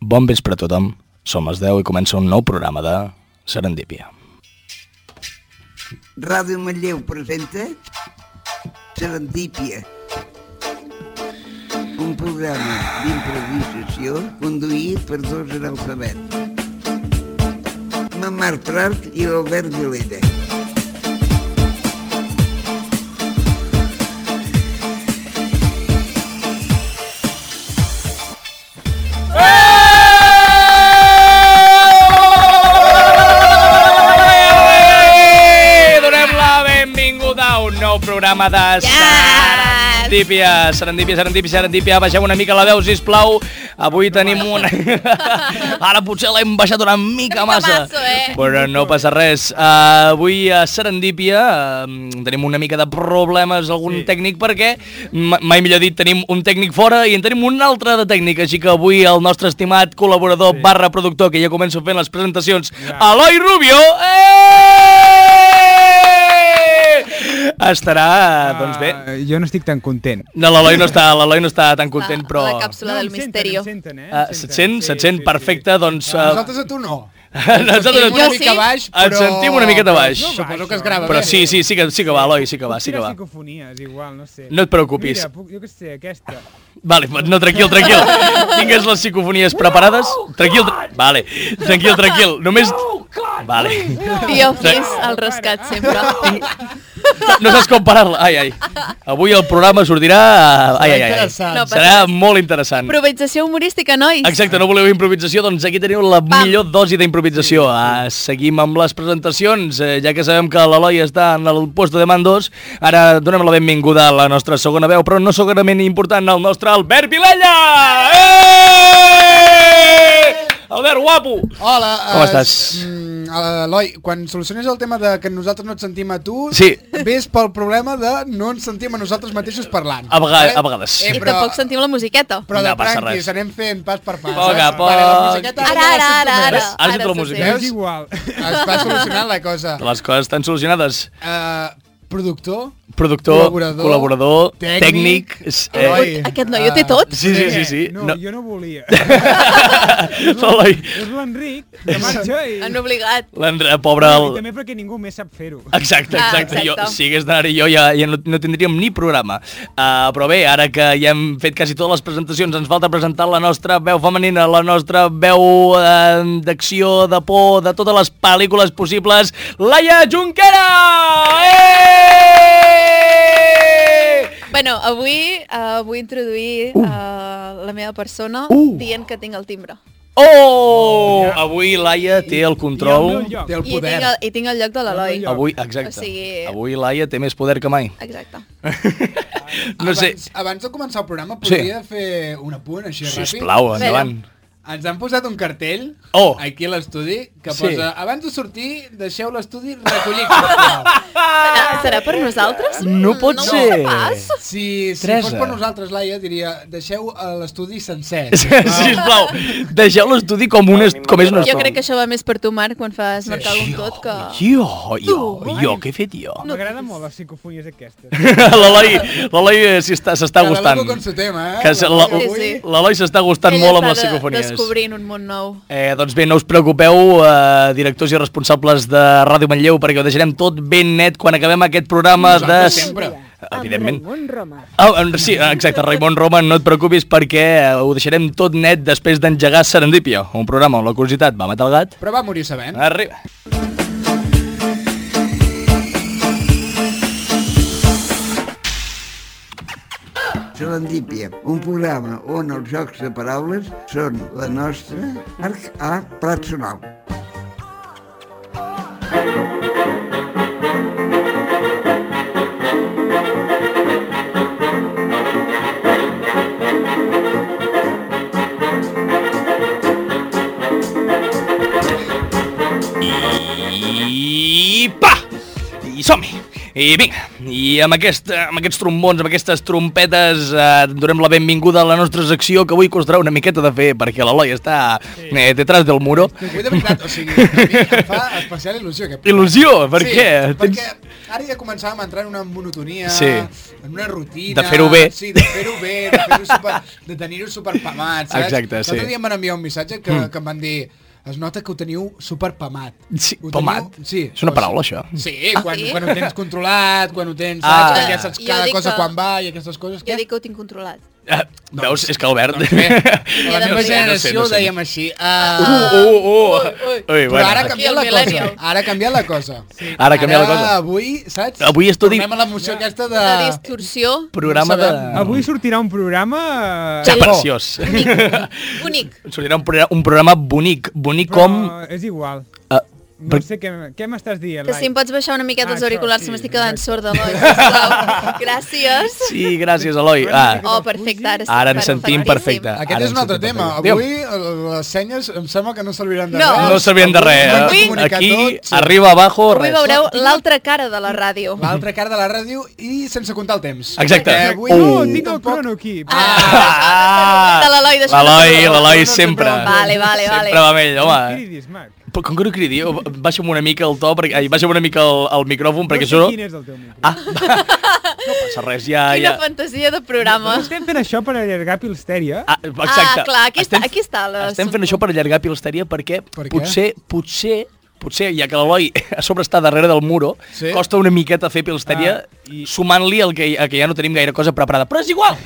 Bon vespre a tothom. Som les 10 i comença un nou programa de Serendípia. Ràdio Manlleu presenta Serendípia. Un programa d'improvisació conduït per dos analfabets. La Mar Prat i l'Albert Vilera. Ei, donem la benvinguda a un nou programa de Serendípia. Serendípia, Serendípia, Serendípia. Baixem una mica la veu, sisplau. Avui tenim una... Ara potser l'hem baixat una mica massa. mazo, eh? Però no passa res. Uh, avui a Serendípia uh, tenim una mica de problemes, algun sí. tècnic, perquè ma- mai millor dit, tenim un tècnic fora i en tenim un altre de tècnic. Així que avui el nostre estimat col·laborador sí. barra productor, que ja començo fent les presentacions, Eloi Rubio... Eh! Estarà, doncs bé... Ah, jo no estic tan content. No, l'Eloi no, està, l'Eloi no està tan content, però... Ah, La càpsula del misteri. Em senten, eh? Uh, se't sent, se't sent, perfecte, doncs... Uh, Ah, Nosaltres a tu no. nosaltres Jo Una sí. mica baix, però... eh? ens sentim una miqueta baix. no Suposo que es grava Però bé. sí, sí, sí que, sí que va, Eloi, sí que va, sí que va. psicofonies, igual, no sé. No et preocupis. Mira, puc, jo què sé, aquesta. Vale, no, tranquil, tranquil. Tingues les psicofonies preparades? Tranquil, tra... vale. Tranquil, tranquil. Només... Vale. Tio, fes el rescat sempre. No saps com parar-la. Ai, ai. Avui el programa sortirà... Ai, ai, ai. Interessant. No, Serà molt interessant. Improvisació humorística, nois. Exacte, no voleu improvisació? Doncs aquí teniu la Pam. millor dosi d'improvisació. Ah, seguim amb les presentacions, eh, ja que sabem que l'Eloi està en el puesto de mandos. Ara donem la benvinguda a la nostra segona veu, però no segurament important, el nostre Albert Vilella! Eh! Albert, guapo! Hola. Com eh, estàs? mm, Eloi, quan soluciones el tema de que nosaltres no et sentim a tu, Sí. ves pel problema de no ens sentim a nosaltres mateixos parlant. Eh, A vega- a vegades. I però, tampoc sentim la musiqueta. però No de passa tranquis, res. anem fent pas per pas. Poc a saps? poc. Vale, la musiqueta Ara, ja ara, la sento ara, més. ara. Ves? Ara sento la se música. Veus? Veus? És igual. Es va solucionant la cosa. Les coses estan solucionades. Uh, productor, Productor, Col·laborador, col·laborador tècnic... tècnic, eh, Eloi. sent. Aquest noi ho té tot. Ah, sí, sí, sí, sí. No, No. jo no volia. L'Eloi, És l'Enric, que marxa i... Han obligat. l'Andre, pobre... I El... també perquè ningú més sap fer-ho. Exacte, Ah, exacte. exacte. Jo, si hagués d'anar-hi jo ja, ja no, no tindríem ni programa. Uh, però bé, ara que ja hem fet quasi totes les presentacions, ens falta presentar la nostra veu femenina, la nostra veu uh, d'acció, de por, de totes les pel·lícules possibles, Laia Junquera! Eh! Bueno, avui uh, vull introduir uh, la meva persona Uh. dient que tinc el timbre. Oh! Avui Laia té el control. I al meu té lloc. el I tinc poder. el, i tinc el lloc de l'Eloi. lloc. Avui, O exacte. sigui- Avui Laia té més poder que mai. Exacte. No sé, Abans, abans de començar el programa, Sí. podria fer un apunt així ràpid? sisplau, Espera. endavant. Ens han posat un cartell Oh. aquí a l'estudi que Sí. posa abans de sortir deixeu l'estudi recollir. sisplau." Ah, serà per nosaltres? No Mm, pot no ser. No pas. si si Teresa. fos per nosaltres, Laia, diria deixeu eh, l'estudi sencer. sisplau, deixeu l'estudi com, un est... com és nostre. Jo crec que això va més per tu, Marc, quan fas marcar un tot que... Jo, jo, Tu, jo, què he fet jo? M'agrada molt les psicofonies aquestes. L'Eloi l'Eloi eh, s'hi està- s'està Cada loco gustant. con su tema, eh? Que se- la- Sí, sí. L'Eloi s'està gustant Ell molt amb les està de- psicofonies. Descobrint un món nou. Eh, doncs bé, no us preocupeu, eh, directors i responsables de Ràdio Manlleu, perquè ho deixarem tot ben net quan acabem aquest programa de... Nosaltres sempre. Evidentment. Raimon Roma. sí, exacte, Raimon Roma, no et preocupis perquè eh, ho deixarem tot net després d'engegar Serendípia, un programa on la curiositat va matar el gat. Però va morir sabent. Arriba. Serendípia, un programa on els jocs de paraules són la nostra arc a Prat Sonal. I pa! I som -hi. I vinga, i amb, aquest, amb aquests trombons, amb aquestes trompetes, eh, donem la benvinguda a la nostra secció, que avui costarà una miqueta de fer, perquè l'Eloi està eh, detrás del muro. Avui de veritat, o sigui, a mi em fa especial il·lusió. Aquest... Il·lusió, per sí, què? Tens- Perquè ara ja començàvem a entrar en una monotonia, Sí. en una De rutina... fer-ho bé. Sí, de fer-ho bé, de, fer super, de tenir-ho superpamat, saps? Exacte, sí. Hmm. L'altre dia em van enviar un missatge que, que em van dir es nota que ho teniu superpamat. Sí, Ho teniu- pamat. Sí. És una o paraula, això. Sí, quan, Ah, Sí? quan ho tens controlat, quan ho tens, Ah. saps? Que ja saps Jo cada dic cosa que- quan va i aquestes coses. Jo dic que ho tinc controlat. Ah, veus, és que Albert... Doncs bé, Ja a la de meva veritat. generació No sé, no no sé. ho dèiem així. Ah. Uh, Uh, uh, uh. Ui, ui. Ui, Però bueno. ara ha Aquí canviat el la cosa. millennial. Ara ha canviat la cosa. Sí. Ara ha canviat la cosa. Avui, saps? Avui és tot i- Tornem a l'emoció aquesta de... La distorsió, Programa de... Avui sortirà un programa... Ja, Sí. preciós. bonic, bonic. Sortirà un, pro- un programa bonic, bonic però com... És igual. Ah, No per- sé què, què m'estàs dient, Que si em Lai. pots baixar una miqueta Ah, els això, auriculars, sí, sí, m'estic quedant exacte. sorda, Eloi, sisplau. Gràcies. Sí, gràcies, Eloi. Ah, Oh, perfecte, ara, Ara ens perfectíssim. sentim perfecte. Aquest Ara és un altre ens tema. sentim Avui eh, les senyes em sembla que no serviran de No. res. no sabien de res. eh? Avui hem de comunicar Aquí, tot, sí. arriba, abajo, Avui res. veureu l'altra cara de la ràdio. L'altra cara de la ràdio i sense comptar el temps. Exacte. Perquè Avui, No, Oh. tinc el tampoc... crono aquí. però- Ah! De l'Eloi, deixa L'Eloi, de- l'Eloi No, no, sempre. sempre. Vale, vale, vale. Sempre va millor, No em home. cridis, Marc. Però com que no cridi, oh, baixa'm una mica el to, perquè, ai, baixa'm una mica el, el micròfon, perquè no sé això quin no és el teu micro. passa res, ja... Quina ja... fantasia de programa. No estem fent això per allargar pilstèria. Ah, exacte. Ah, clar, aquí està- aquí està la- Estem fent això per allargar pilesteria perquè Per què? potser, potser, potser, ja que l'Eloi a sobre està darrere del muro, Sí. costa una miqueta fer pilesteria Ah, i... i- sumant-li el que, a que ja no tenim gaire cosa preparada. Però és igual,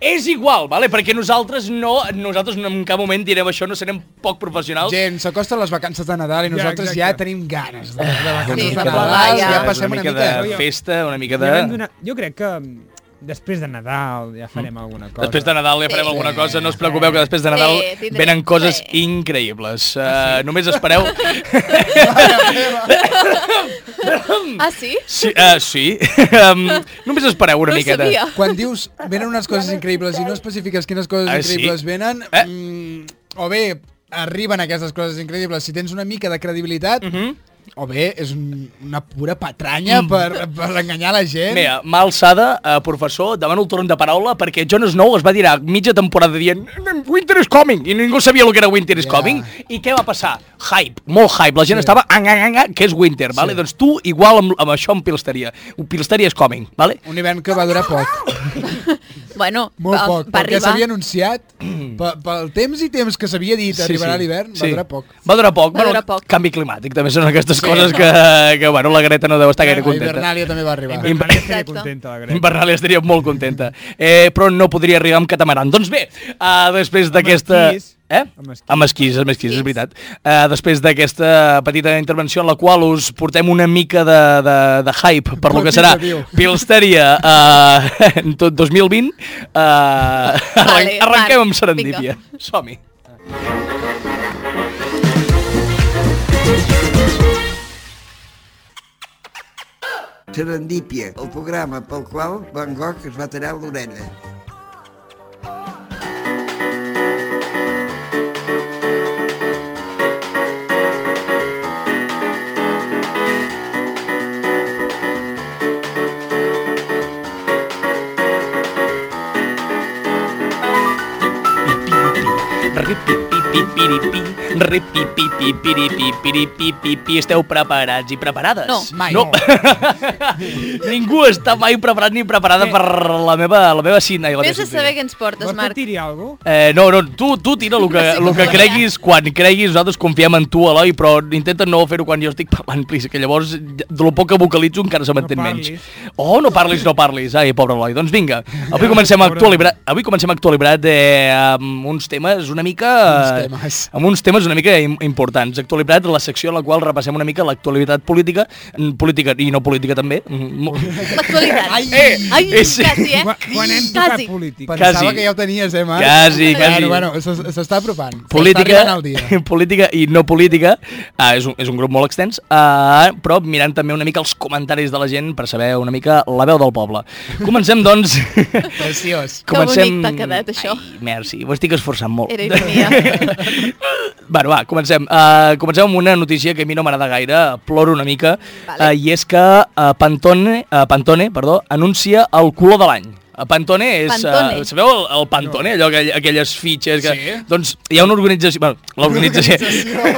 és igual, vale? perquè nosaltres no, nosaltres no en cap moment direm això, no serem poc professionals. Gent, s'acosten les vacances de Nadal i Ja, nosalbles ja, exacte. tenim ganes de, Ah, de Sí, vacances de de Nadal. plegar, Ja, ja. passem una mica... de festa, una mica Ja de... vam donar... Jo crec que mm, després de Nadal ja farem alguna cosa. Mm. Després de Nadal ja farem Sí. alguna cosa, no us preocupeu que després de Nadal Sí, tindrem- venen coses sí. increïbles. Uh, només espereu... Ah, sí? Sí, uh, sí. Um, només espereu una No ho miqueta. sabia. Quan dius venen unes coses increïbles i no especifiques quines coses Ah, sí? increïbles venen, Eh? mm, o bé arriben aquestes coses increïbles si tens una mica de credibilitat, Mhm. o bé és un, una pura patranya per, per enganyar la gent. Mm. Mira, mà alçada, eh, professor, demano el torn de paraula perquè Jon Snow es va dir a mitja temporada dient Winter is coming i ningú sabia el que era Winter is Ja. coming i què va passar? Hype, molt hype, la gent estava ang, ang, ang, ang, que és Winter, vale? Doncs tu igual amb, amb això em pilstaria. Pilstaria is coming, vale? Un hivern que va durar poc, Bueno, molt va, poc, va perquè arribar. s'havia anunciat, Mm. pe- pel temps i temps que s'havia dit arribarà l'hivern, va durar poc. Va durar poc. Va durar poc. Canvi climàtic, també són aquestes coses que, que, bueno, la Greta no deu estar gaire La contenta. hivernàlia també va arribar. Em Inver- va estaré Exacte. contenta, la Greta. Invernàlia estaria molt contenta, eh, però no podria arribar amb catamaran. Doncs bé, uh, després d'aquesta... esquís. Eh? Amb esquís. Amb esquís, amb esquís, és veritat. Uh, després d'aquesta petita intervenció en la qual us portem una mica de, de, de hype per lo que serà Quantitatiu. Pilsteria uh, en tot 2020, uh, arran Marc, arrenquem amb vinga. serendípia. Som-hi. Serendípia, el programa pel qual Van Gogh es va tallar l'orella. Ripi-pi-pi-piripi, ripi-pi-pi-piripi-piripi-piripi. Esteu preparats i preparades? No. Mai. No. Ningú està mai preparat ni preparada per la meva, la meva cina i la meva Vés a saber sintonia. què ens portes, Vols que Marc. tiri alguna cosa? Eh, no, no, tu, tu tira el que, el que creguis quan creguis, nosaltres confiem en tu, Eloi, però intenta no fer-ho quan jo estic parlant, please, que llavors de lo poc que vocalitzo encara se m'entén No menys. parlis. Oh, no parlis, no parlis. Ai, pobre Eloi. Doncs vinga, avui comencem a pobre actualibrat, avui comencem a actualibrat eh, amb uns temes una mica... Uns temes. Amb uns temes una mica im- importants. Actualibrat, la secció en la qual repassem una mica l'actualitat política, mm, política i no política també. Mm, mo- L'actualitat. Ai, Ai, és- quasi, eh? Quan, quan hem tocat Quasi. política. Pensava Quasi. que ja ho tenies, eh, Marc? Quasi, quasi. Bueno, bueno, s'es- s'està apropant. S'està política, arribant al dia. política i no política, uh, és, un, és un grup molt extens, uh, però mirant també una mica els comentaris de la gent per saber una mica la veu del poble. Comencem, doncs... Preciós. Que bonic t'ha quedat, això. Ai, merci, ho estic esforçant molt. Era ironia. bueno, va, comencem. Uh, comencem amb una notícia que a mi no m'agrada gaire, ploro una mica, Vale. eh, i és que uh, Pantone, uh, Pantone perdó, anuncia el color de l'any. Eh, Pantone és... eh, Pantone. sabeu el, el Pantone, allò, aquell, aquelles fitxes que... Sí. Doncs hi ha una organització... Bueno, l'organització...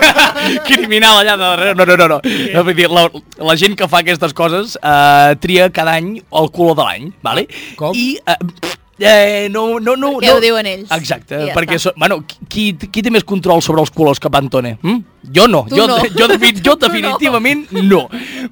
criminal allà darrere. No, no, no. no. no vull dir, la, la gent que fa aquestes coses eh, tria cada any el color de l'any, vale? Com? I... Eh, pff, eh, no, no, no, Perquè no. ho diuen ells. Exacte, ja I ja perquè està. so, bueno, qui, qui té més control sobre els colors que Pantone? Hm? Jo no, Tu jo, no. jo, defin, jo Tu no. definitivament no.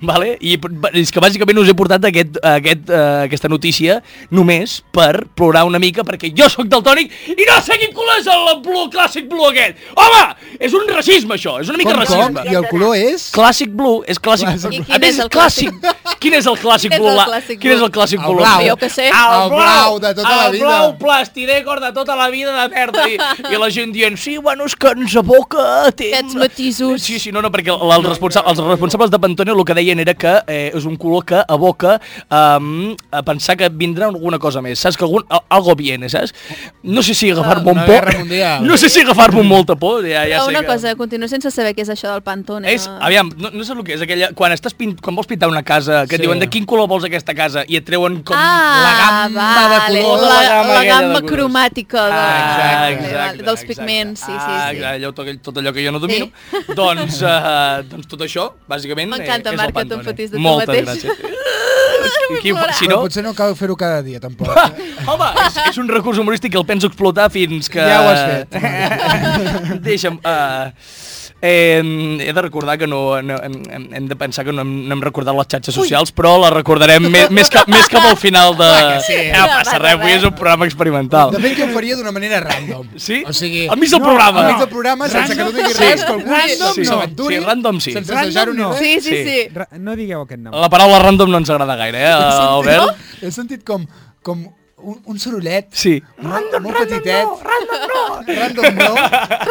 Vale? I b- és que bàsicament us he portat aquest, aquest, uh, aquesta notícia només per plorar una mica, perquè jo sóc daltònic i no sé quin color és el blu, clàssic blu aquest. Home, és un racisme això, és una mica Com, com? racisme. I el color és? Clàssic blu és clàssic. Clàssic I blu. quin A més, és el clàssic? Quin és el clàssic Quin és blu? el la- clàssic Quin és blu? el clàssic El blu? blau. Jo què sé. El blau de tota la vida. El blau plastider de tota la vida de merda. I, I la gent dient, sí, bueno, és que ens aboca a temps. Aquests matisos. Sí, sí, no, no, perquè el, el responsa els responsables de Pantone el que deien era que eh, és un color que aboca um, a pensar que vindrà alguna cosa més, saps? Que algun, al- algo viene, saps? No sé si agafar-me un Una guerra por. mundial. No sé si agafar-me molta por. Ja, ja Però sé una que... cosa, continuo sense saber què és això del Pantone. És, no? aviam, no, no sé el que és aquella... Quan, estàs pin, quan vols pintar una casa, que Sí. et diuen de quin color vols aquesta casa i et treuen com... ah, la gamma de vale, colors, La, la gamma la aquella de gamma colors. cromàtica de, Ah, vale, exacte, vale, dels exacte. pigments, sí, sí, Ah, sí. exacte, allò, tot, tot allò que jo no domino. Doncs, uh, doncs tot això, bàsicament, eh, M'encanta, és Marc, el que Pantone. t'enfotis de tu Moltes mateix. gràcies. Qui, plorar. si Però no... potser no cal fer-ho cada dia, tampoc. eh? Home, és, és un recurs humorístic que el penso explotar fins que... Ja ho has fet. Deixa'm... Uh, eh, he de recordar que no, no hem, hem, hem de pensar que no hem, no hem recordat les xarxes socials, Ui. però les recordarem més, més, cap, més cap al final de... Va, que sí. No passa res, avui és un programa experimental. De fet que ho faria d'una manera random. Sí? O sigui, Al mig del programa. Al mig del programa, sense que no digui res, que algú Random s'aventuri, no. Sí, random sí. Sense Random assajar-ho ni no. res. Sí, sí, Sí. sí. Ra- No digueu aquest nom. La paraula random no ens agrada gaire, eh, Albert? He sentit com, com un, un sorollet. Sí. Random, molt petitet. Random no, random no. Random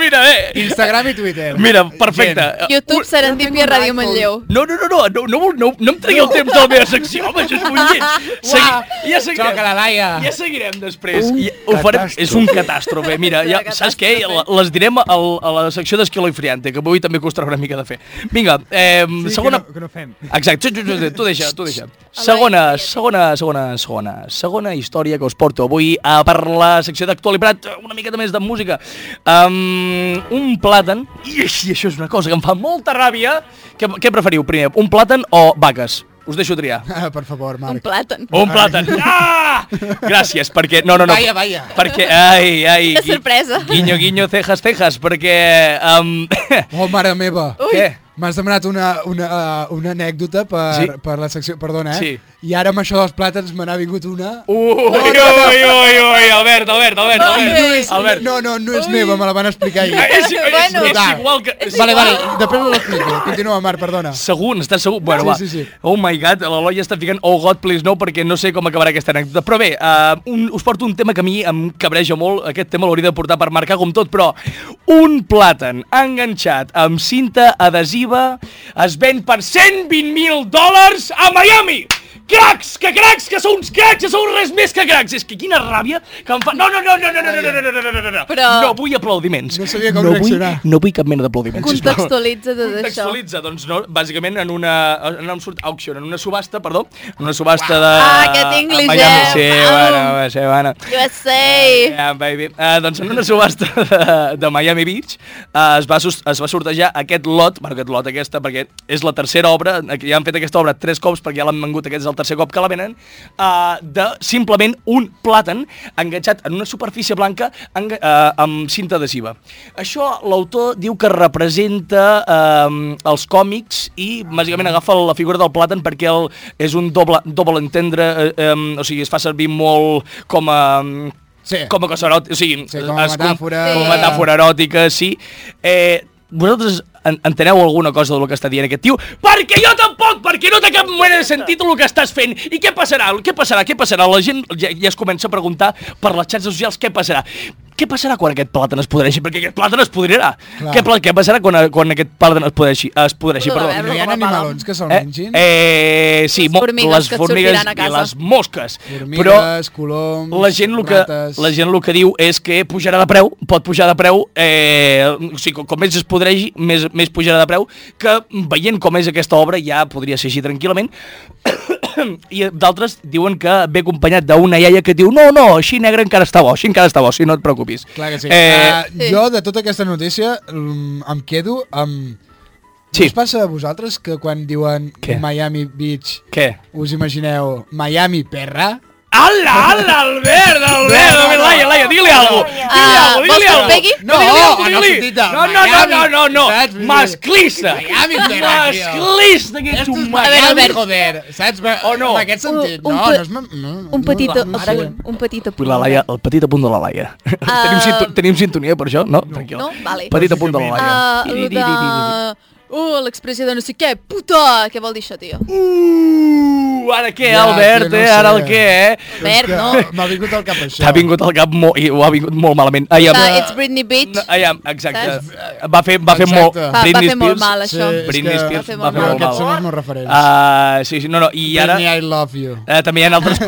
Mira, bé! Instagram i Twitter. Mira, perfecte. Uh, YouTube, Serendipia, Ràdio Manlleu. No, no, no, no, no, no, vol- no, no em tragueu temps de la meva secció, home, això és bullent. Segui, ja seguirem. Xoca la Laia. Ja seguirem després. Ja, ho farem. És un catàstrofe. Mira, ja, Una saps què? catàstrofe. La- Les direm al, a la secció d'Esquilo i Friante, que avui també costarà una mica de fer. Vinga, eh, Sí, segona... Que no, que no fem. Exacte, tu, tu, tu, tu deixa, tu deixa. Segona, segona, segona, segona, segona història que us porto avui a per la secció d'actualitat, una miqueta més de música. Um, un plàtan, i així, això és una cosa que em fa molta ràbia. Què, què preferiu primer, un plàtan o vaques? Us deixo triar. Ah, per favor, Un Marc. plàtan. Un plàtan. Ah! Gràcies, perquè... No, no, no. Vaya, vaya. Perquè, ai, ai... Quina gui- sorpresa. Guinyo, guinyo, cejas, cejas, perquè... Um, Oh, mare meva. Ui. Què? M'has demanat una, una, uh, una anècdota per, sí. Sí. per la secció, perdona, eh? Sí. I ara amb això dels plàtans me n'ha vingut una... Ui, ui, ui, ui, Albert, Albert, Albert, Ui. Albert. Albert. No, no, no és meva, me la van explicar ahir. Ah, És, és, Bueno. és igual que... Vale, vale, després me l'explico. Continua, Marc, perdona. Segur, n'estàs segur? Bueno, Sí, va. sí, sí. Oh my god, l'Eloi ja està ficant Oh god, please no, perquè no sé com acabarà aquesta anècdota. Però bé, uh, un, us porto un tema que a mi em cabreja molt. Aquest tema l'hauria de portar per marcar com tot, però un plàtan enganxat amb cinta adhesiva es ven per 120.000 dòlars a Miami! Cracs, que cracs, que sou uns cracs, que sou res més que cracs. És que quina ràbia que em fa... No, no, no, no, no, no, no, no, no, no, no, no, no. Però- No vull aplaudiments. No sabia com no vull, reaccionar. no vull cap mena d'aplaudiments, sisplau. Contextualitza tot això. Contextualitza, doncs, no, bàsicament en una, en un sort auction, en una subhasta, perdó, en una subhasta de... Ah, aquest a English, Miami, eh? Sí, Au. bueno, va, sí, bueno. USA! Yeah, baby. Uh, doncs en una subhasta de, de Miami Beach uh, es, va sus- es va sortejar aquest lot, bueno, aquest lot aquesta, perquè és la tercera obra, aquí ja han fet aquesta obra tres cops perquè ja l'han vengut, aquest és el tercer cop que la venen, uh, de simplement un plàtan enganxat en una superfície blanca enga- uh, amb cinta adhesiva. Això l'autor diu que representa uh, els còmics i bàsicament agafa la figura del plàtan perquè el, és un doble, doble entendre, uh, um, o sigui, es fa servir molt com a... Um, Sí. com a cosa eròtica, o sigui, Eh. Sí, com a es- metàfora. Com, com a Sí. metàfora eròtica, sí. Eh, vosaltres en, enteneu alguna cosa del que està dient aquest tio? Perquè jo tampoc, perquè no té cap manera de sentit el que estàs fent. I què passarà? Què passarà? Què passarà? La gent ja, ja es comença a preguntar per les xarxes socials què passarà. Què passarà quan aquest plàtan es podreixi? Perquè aquest plàtan es podrirà. Clar. Què, pla- què passarà quan, quan aquest plàtan es podreixi? Es podreixi, Lo de perdó. veure No hi ha com a pala. animalons que se'l Eh, mengin? eh, sí, Les mo- formigues les que et formigues sortiran a i casa. les mosques. Formigues, coloms, la gent lo que, rates. la gent lo que diu és que pujarà de preu, pot pujar de preu, eh, o sigui, com, com més es podregi, més, més pujarà de preu, que veient com és aquesta obra ja podria ser així tranquil·lament. I d'altres diuen que ve acompanyat d'una iaia que diu no, no, així negre encara està bo, així encara està bo, si no et preocupis. Clar que sí. Eh, Eh... Uh, jo, de tota aquesta notícia, mm, em quedo amb... Sí. Sí. Us passa a vosaltres que quan diuen Què? Què? Miami Beach Què? us imagineu Miami perra? Ala, ala, Albert, Albert, No, no, no. Laia, Laia, digue-li alguna cosa. Digue-li alguna cosa, digue-li Ah, vols que alguna em pegui? No, No, digue-li algo, en el digue-li. sentit de No, no, no, Miami, no, no, no. saps? Vull dir- Masclista. Miami perra, tio. Masclista, que ets Esto es un A veure, masclista. Albert. joder, saps? O no? En aquest sentit, Un- un no, pe- no és... ma- No, no, Un petit no, no, apunt, un petit apunt. Vull la Laia, el petit apunt de la Laia. Uh... tenim, sinto, tenim sintonia per això? No? Tranquil. Ah. No? Vale. Petit apunt de la Laia. Ah, Di, lo di, di, di, de... Uh, l'expressió de no sé què, puta! Què vol dir això, tio? di. Uh, ara què, Ja, Albert, tio, no eh? Ara sé. el què, eh? Albert, no? no. M'ha vingut al cap això. T'ha vingut al cap molt, i ho ha vingut molt malament. Ai, Uh, am- it's Britney Beach. no, ai, am- exacte. Saps? Va fer, va fer Exacte. molt... Va- va Britney fer molt Spears- mal, això. és Britney que- Spears Va fer va molt fer mal. Però molt aquests són mal. els meus referents. Uh, sí, sí, no, no, i ara... Britney, I love you. Eh, també hi ha altres,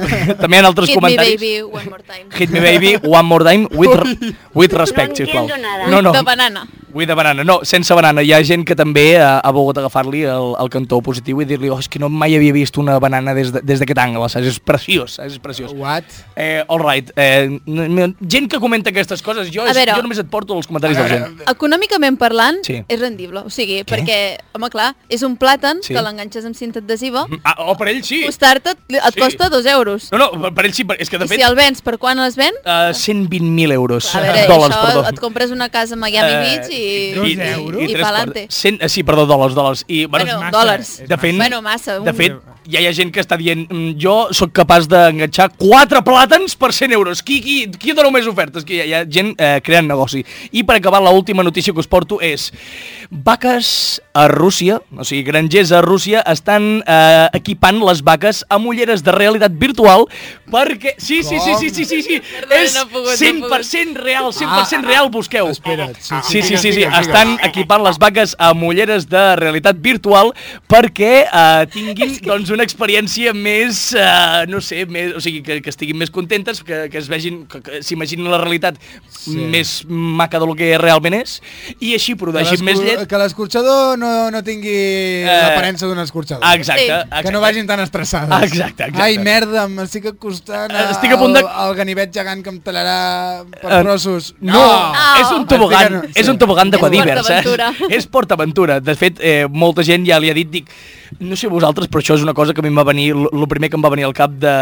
també hi ha altres Hit me comentaris. baby one more time. Hit me baby, one more time, with, re with respect, sisplau. No, no, De banana. Ui, de banana. No, sense banana. Hi ha gent que també eh, ha volgut agafar-li el, el cantó positiu i dir-li, oh, és que no mai havia vist una banana des de- des d'aquest de, angle, saps? És preciós, saps? És preciós. What? Eh, all right. Eh, n- n- gent que comenta aquestes coses, jo, A és, veure. jo només et porto els comentaris de la gent. Econòmicament parlant, Sí. és rendible. O sigui, perquè, home, clar, és un plàtan Sí. que l'enganxes amb cinta adhesiva, Ah, oh, per ell sí. costar-te, et Sí. costa dos euros. No, no, per- per ell sí, per- és que de I fet... si el vens, per quan es ven? eh, 120.000 euros, A veure, dòlars, això perdó. et compres una casa a Miami Eh, Beach i... dos i- i- euros? i I, tres pa'lante. per- cent- eh, sí, perdó, dòlars, dòlars. I, bueno, Bueno, massa, dòlars. és De fet, Bueno, massa, de un- fet ja hi ha gent que està dient "Mm, jo sóc capaç d'enganxar quatre plàtans per 100 euros. Qui, qui, qui dona més ofertes? Que hi, ha, hi ha gent eh, creant negoci. I per acabar, l'última notícia que us porto és vaques a Rússia, o sigui, grangers a Rússia, estan eh, equipant les vaques amb ulleres de realitat virtual perquè... Sí, sí, sí, sí, sí, sí, sí. Perdona, és no he pogut, no he 100% real, 100% Ah, real, busqueu. Espera't, sí, sí, Sí, sí, digues, sí, sí. digues, digues. estan equipant les vaques amb ulleres de realitat virtual perquè eh, tinguin doncs, una experiència més, eh, no sé, més, o sigui, que, que estiguin més contentes, que, que es vegin, que, que s'imaginin la realitat sí. més maca del que realment és, i així produeixin més l'escor- llet. Que l'escorxador no, no tingui eh... l'aparença d'un escorxador. Ah, Exacte, Sí. exacte. Ah, Que no vagin tan estressades. Exacte, exacte. Eh, Ai, merda, m'estic acostant a, Estic a punt de- al, al ganivet gegant que em tallarà per Eh, trossos. No, Ah, No. és un tobogan, Estic en- és un tobogan de És quadíver, saps? PortAventura. És PortAventura. De fet, eh, molta gent ja li ha dit, dic, no sé vosaltres, però això és una cosa que a mi em va venir, el primer que em va venir al cap de,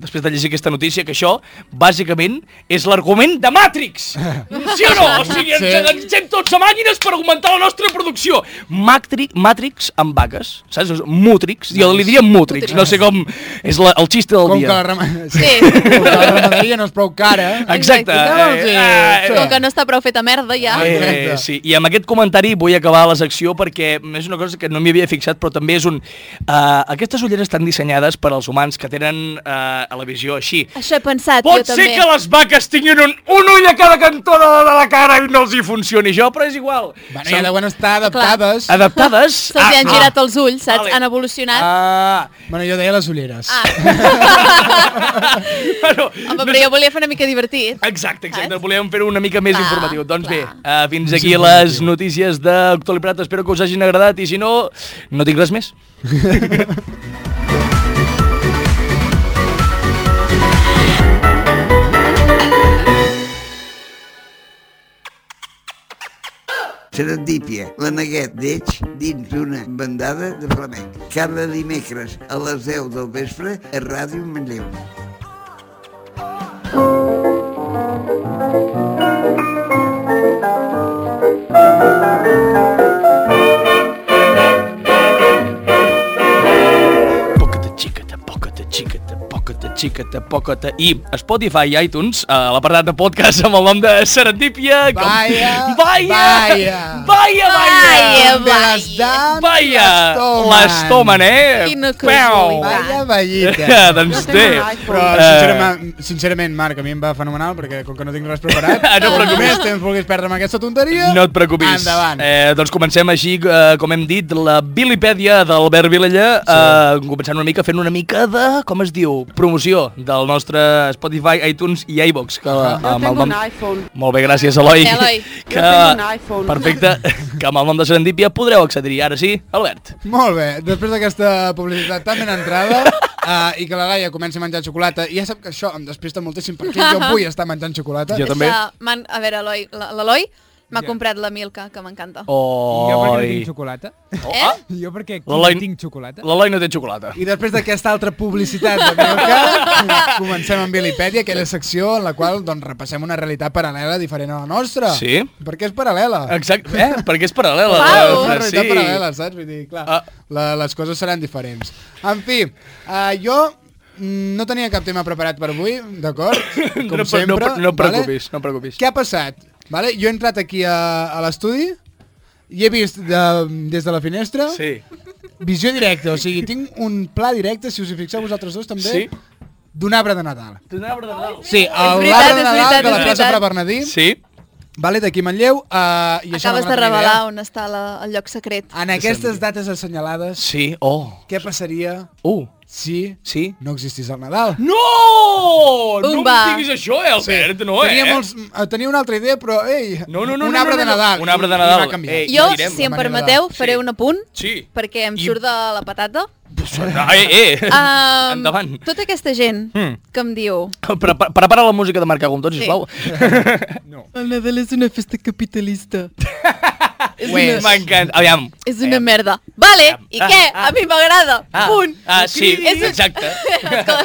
després de llegir aquesta notícia, que això, bàsicament, és l'argument de Matrix. Sí o no? O sigui, ens Sí. enganxem tots a màquines per augmentar la nostra producció. Matrix, Matrix amb vagues, saps? Mutrix, jo li diria Mutrix, no sé com, és la, el xiste del Com que dia. la, rama... Sí. Com que la ramaderia no és prou cara. eh? Exacte. Exacte. Eh, Sí, eh, sí. Com que no està prou feta merda, ja. Ai. Eh, Correcte. sí, i amb aquest comentari vull acabar la secció perquè és una cosa que no m'hi havia fixat, però també és un... Uh, aquestes ulleres estan dissenyades per als humans que tenen uh, a la visió així. Això he pensat, Pot jo ser també. que les vaques tinguin un, un ull a cada cantó de, de la cara i no els hi funcioni això, però és igual. Bueno, ja deuen estar adaptades. Adaptades... Se'ls hi han girat els ulls, saps? Ah, Vale. Han evolucionat. Ah, bueno, jo deia les ulleres. Ah. Bueno, Home, no però sé- jo volia fer una mica divertit. Exacte, exacte. Saps? Volíem fer una mica més Clar, informatiu. Doncs bé, clar. uh, fins aquí les notícies d'Actualitat. Espero que us hagin agradat i si no, no tinc res més. Serendípia, la Neguet d'Eix dins d'una bandada de flamenc. Cada dimecres a les 10 del vespre a Ràdio Manlleu. Poca de xiqueta, poca de xiqueta, poca de xiqueta, pocota i Spotify i iTunes, a l'apartat de podcast amb el nom de Serendipia. com- Vaya, Vaya! vaya. Vaya! Vaya! Vaya! Amb les dams Vaya! L'estomen, l'estomen. eh? Quina Pau! casualitat. Vaya ballita. Eh, doncs té. Però, sincerament, sincerament, Marc, a mi em va fenomenal, perquè com que no tinc res preparat, Ah, No et preocupis. només temps vulguis perdre amb aquesta tonteria, No et preocupis. Endavant. Eh, doncs comencem així, eh, com hem dit, la Bilipèdia d'Albert Vilella, eh, començant una mica, fent una mica de, com es diu, promoció del nostre Spotify, iTunes i iVox. Que, eh, amb el nom... iPhone. Molt bé, gràcies, Eloi. Eloi. Que, Jo tinc un iPhone. perfecte, que amb el nom de Serendipia podreu accedir-hi. Ara sí, Albert. Molt bé, després d'aquesta publicitat tan ben entrada uh, i que la Laia comenci a menjar xocolata, i ja sap que això em despista moltíssim perquè jo vull estar menjant xocolata. Jo també. Uh, man, a veure, Eloi, la- l'Eloi m'ha comprat la Milka, que m'encanta. Jo perquè no Oi. tinc xocolata. Eh? Jo perquè aquí L'Eloi- no tinc xocolata. L'Eloi no té xocolata. I després d'aquesta altra publicitat de Milka, comencem amb Bilipèdia, aquella secció en la qual doncs, repassem una realitat paral·lela diferent a la nostra. Sí. Perquè és paral·lela. Ah, Exacte, eh? Perquè és paral·lela. Pau! Laura, una realitat sí. paral·lela, saps? Vull dir, clar, Ah. la, les coses seran diferents. En fi, uh, jo mm, no tenia cap tema preparat per avui, d'acord? Com No, sempre. no, no, no et preocupis, Vale? no et preocupis. Què ha passat? Vale? Jo he entrat aquí a, a l'estudi i he vist de, des de la finestra Sí. visió directa, o sigui, tinc un pla directe, si us hi fixeu vosaltres dos també, Sí. d'un arbre de Nadal. D'un arbre de Nadal. Sí, l'arbre veritat, de és Nadal veritat, de la és plaça veritat. Fra Bernadí, Sí. vale, d'aquí a Manlleu. Uh, i això m'ha Acabes de donat una idea. revelar on està la, el lloc secret. Ah, En aquestes dates assenyalades, Sí, oh. què passaria Uh, si sí. no existís el Nadal? No! No Umba. em diguis això, eh, Albert, no, eh? Tenia, molts, eh, tenia una altra idea, però, ei, No, no, no, un no, arbre no, no, de Nadal. un arbre de I- i Nadal. va canviar. Ei, Jo, no direm si em la manera permeteu, de- faré Sí. un apunt, Sí. perquè em I- surt de la patata. No, eh, eh. Um, Endavant. Tota aquesta gent Mm. que em diu... Pre -pre Prepara la música de Marc Aguntó, sisplau. El Nadal és una festa capitalista. és, Ué, una, M'encanta. Aviam. és una merda. Vale, i Ah, què? Eh, ah. A mi m'agrada. Ah, Punt. Ah, sí, Ah, És un- exacte.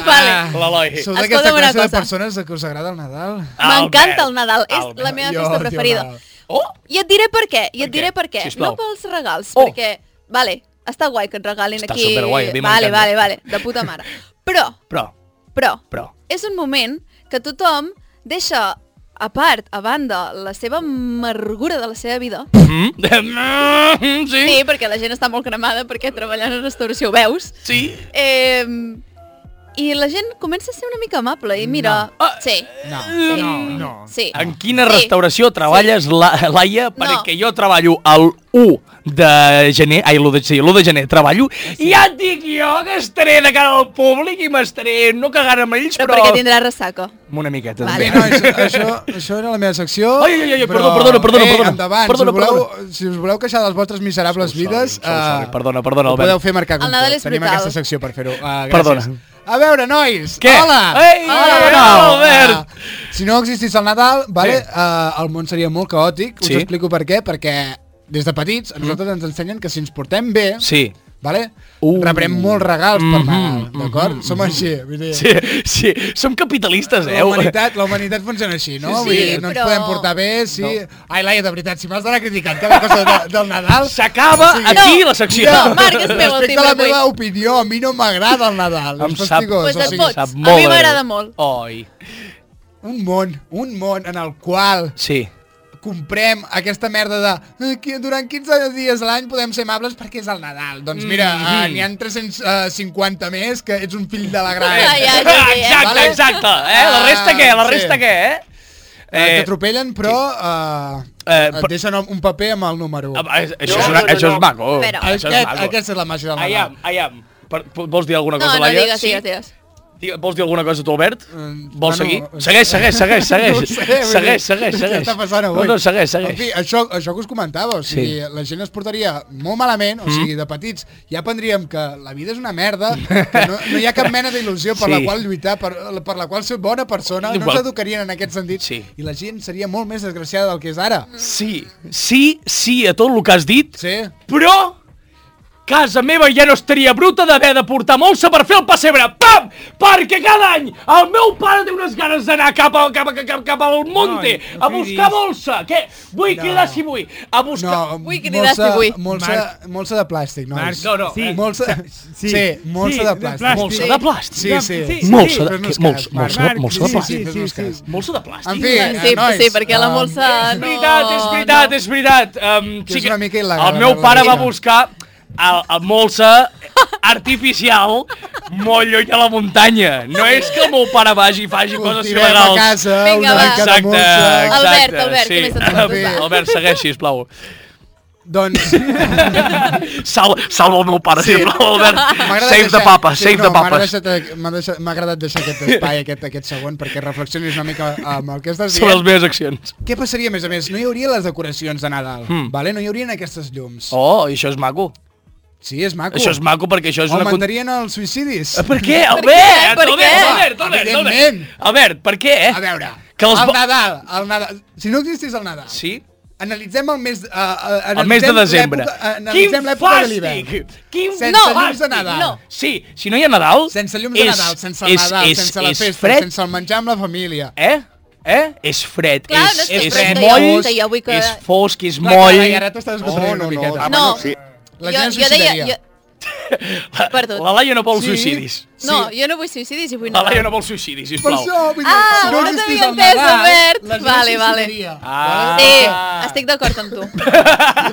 vale. L'Eloi. Ah, Sou Escolta'm d'aquesta una classe de cosa. persones que us agrada el Nadal? ah, Albert, M'encanta el Nadal, és Albert. la meva Jo festa odio el preferida. Nadal. Oh! I et diré per què, i Per et diré què? per què. Sisplau. No pels regals, Oh. perquè, vale, està guai que et regalin Està aquí. superguai, a mi vale, m'encanta. vale, vale, de puta mare. Però, Però, però, però. és un moment que tothom deixa a part, a banda, la seva amargura de la seva vida. Mm? Sí, Sí. perquè la gent està molt cremada, perquè treballant en restauració ho veus. Sí. Eh, I la gent comença a ser una mica amable i mira... No. Ah, Sí, No. No, no. sí. En quina Ah. Sí. restauració treballes, la, Laia? No. Perquè jo treballo el 1 de gener, ai, l'1 de, sí, l'1 de gener treballo, i ja et dic jo que estaré de cara al públic i m'estaré no cagant amb ells, Però però... perquè tindrà ressaca. Una miqueta. Vale. doncs. també. Bé, no, això, això, això era la meva secció. Ai, ai, ai, perdó, perdona, perdona, Ei, perdona. endavant, Perdona, si, us voleu, perdona. si us voleu queixar de les vostres miserables Sorry, vides... sorry, sorry, eh, perdona, perdona, Ho Albert. podeu fer marcar com El Nadal tot. és Tenim brutal. aquesta secció per fer-ho. Uh, Perdona. A veure, nois. Què? Hola. Ei, Hola, hola, de nou. Albert. Ah, si no existís el Nadal, vale, uh, el món seria molt caòtic. Us Sí. Mm. explico per què. Perquè des de petits a nosaltres ens ensenyen que si ens portem bé, Sí. vale, Uh. rebrem molts regals per Nadal. Mhm, D'acord? Som així. Vull dir, Sí, sí, som capitalistes, eh? la humanitat, la humanitat funciona així, no? Sí, Vull dir, no ens però- podem portar bé, sí... Ai, Laia, de veritat, si m'has d'anar criticant cada cosa de, del Nadal... S'acaba aquí No. la secció. No, Marc, és meu el Respecte timbre a la avui. meva opinió, a mi no m'agrada el Nadal. Em és sap- fastigós, Pues o et sigui, fots. Sap A mi molt de m'agrada greu. molt. Oi, Un món, un món en el qual sí. comprem aquesta merda de "Eh, qui- durant 15 dies a l'any podem ser amables perquè és el Nadal. Doncs mira, mm -hmm. n'hi han 350 més que ets un fill de la gran. Ja, ja, ja, ja. Exacte, Vale? exacte. Eh? La resta què? La Ah, sí. resta què, eh? Eh, T'atropellen, però eh, Eh, et per- deixen un paper amb el número 1. Ah, Això és, una, això és maco. Però- Això és Aquest, maco. aquesta és la màgia del Nadal. Aiam, aiam. Per, vols dir alguna No, cosa, no, Laia? digues, digues, digues. Eh, Digue- Vols dir alguna cosa tu, Albert? Mm, Vols bueno, seguir? eh, Segueix, segueix, segueix, segueix. No ho sé, vull dir, segueix, segueix, Què segueix. està passant avui? No, no, segueix, En segueix. fi, això, això que us comentava, o sigui, sí. la gent es portaria molt malament, Mm. o sigui, de petits ja aprendríem que la vida és una merda, que no, no hi ha cap mena d'il·lusió per la Sí. qual lluitar, per, per la qual ser bona persona, no Igual. ens educarien en aquest sentit, Sí. i la gent seria molt més desgraciada del que és ara. Sí, sí, sí a tot el que has dit, Sí? però Casa meva ja no estaria bruta d'haver de portar molsa per fer el pessebre. Pam! Perquè cada any el meu pare té unes ganes d'anar cap, a, cap, a, cap, cap al monte Noi, a no buscar cridis. molsa. Què? Vull quedar si vull. A buscar... No, Vull cridar molsa, si vull. Molsa, molsa de plàstic, no? Marc, No, no. Sí, Molsa, sí, sí, molsa de plàstic. Molsa de plàstic. Sí, sí. Sí, Molsa Però de- no és que- molsa- cas, Marc. molsa de- Marc, molsa de sí, plàstic. Sí, sí, sí, sí. Molsa de plàstic? En fi, eh, sí, nois, sí, perquè la em, molsa... És veritat, és veritat, és veritat. Um, Que és una mica il·legal, El meu la pare va veritat. buscar el, el molsa artificial molt lluny a la muntanya. No és que el meu pare vagi i faci coses Cultivem a il·legals. casa Vinga, una va. mica de Exacte, molsa. exacte. Albert, Albert, què més te'n sí. recordes? Albert, segueix, sisplau. Doncs Sal, salva el meu pare, sí. sisplau, Albert. m'agrada Save the deixar- papa, sí, save no, the m'ha papas. deixat- eh, m'ha deixat- M'ha agradat deixar aquest espai, aquest, aquest segon, perquè reflexionis una mica eh, amb el que estàs Sobre les dient. meves accions. Què passaria, a més a més? No hi hauria les decoracions de Nadal, vale? no hi haurien aquestes llums. Hmm. Oh, i això és maco. Sí, és maco. Això és maco perquè això és una... con- Eh, Augmentarien els suïcidis. Per què, què? Albert? Per què? Albert, Albert, Albert, Albert. Evidentment. Albert, per què? eh? A veure, Que els el bo- Nadal, el Nadal... Si no existís el Nadal, Sí? analitzem el mes... Uh, analitzem El mes de desembre. l'època- Analitzem l'època de l'hivern. Quin Sense no, llums de Nadal. no. Sí, si no hi ha Nadal... Sense llums de Nadal, sense el Nadal, sense la És festa, fred, sense el menjar amb la família. eh? Eh? És fred, Clar, és, no és que és fred, moll, jo- que jo vull que- és fosc, és Clar, clar, moll... i ara t'estàs desconcentrant una miqueta. Ah, No, La gent es jo, jo deia... suïcidaria. Jo... Perdó. Eh, La Laia no vol Sí. suïcidis. No, jo no vull suïcidis i vull La Laia Nadal. no vol suïcidis, Per sisplau. això, vull dir, Ah, si no no existís t'havia el entès, Nadal, Albert. la gent Vale, es vale. suïcidaria. Ah. Sí, estic d'acord amb tu.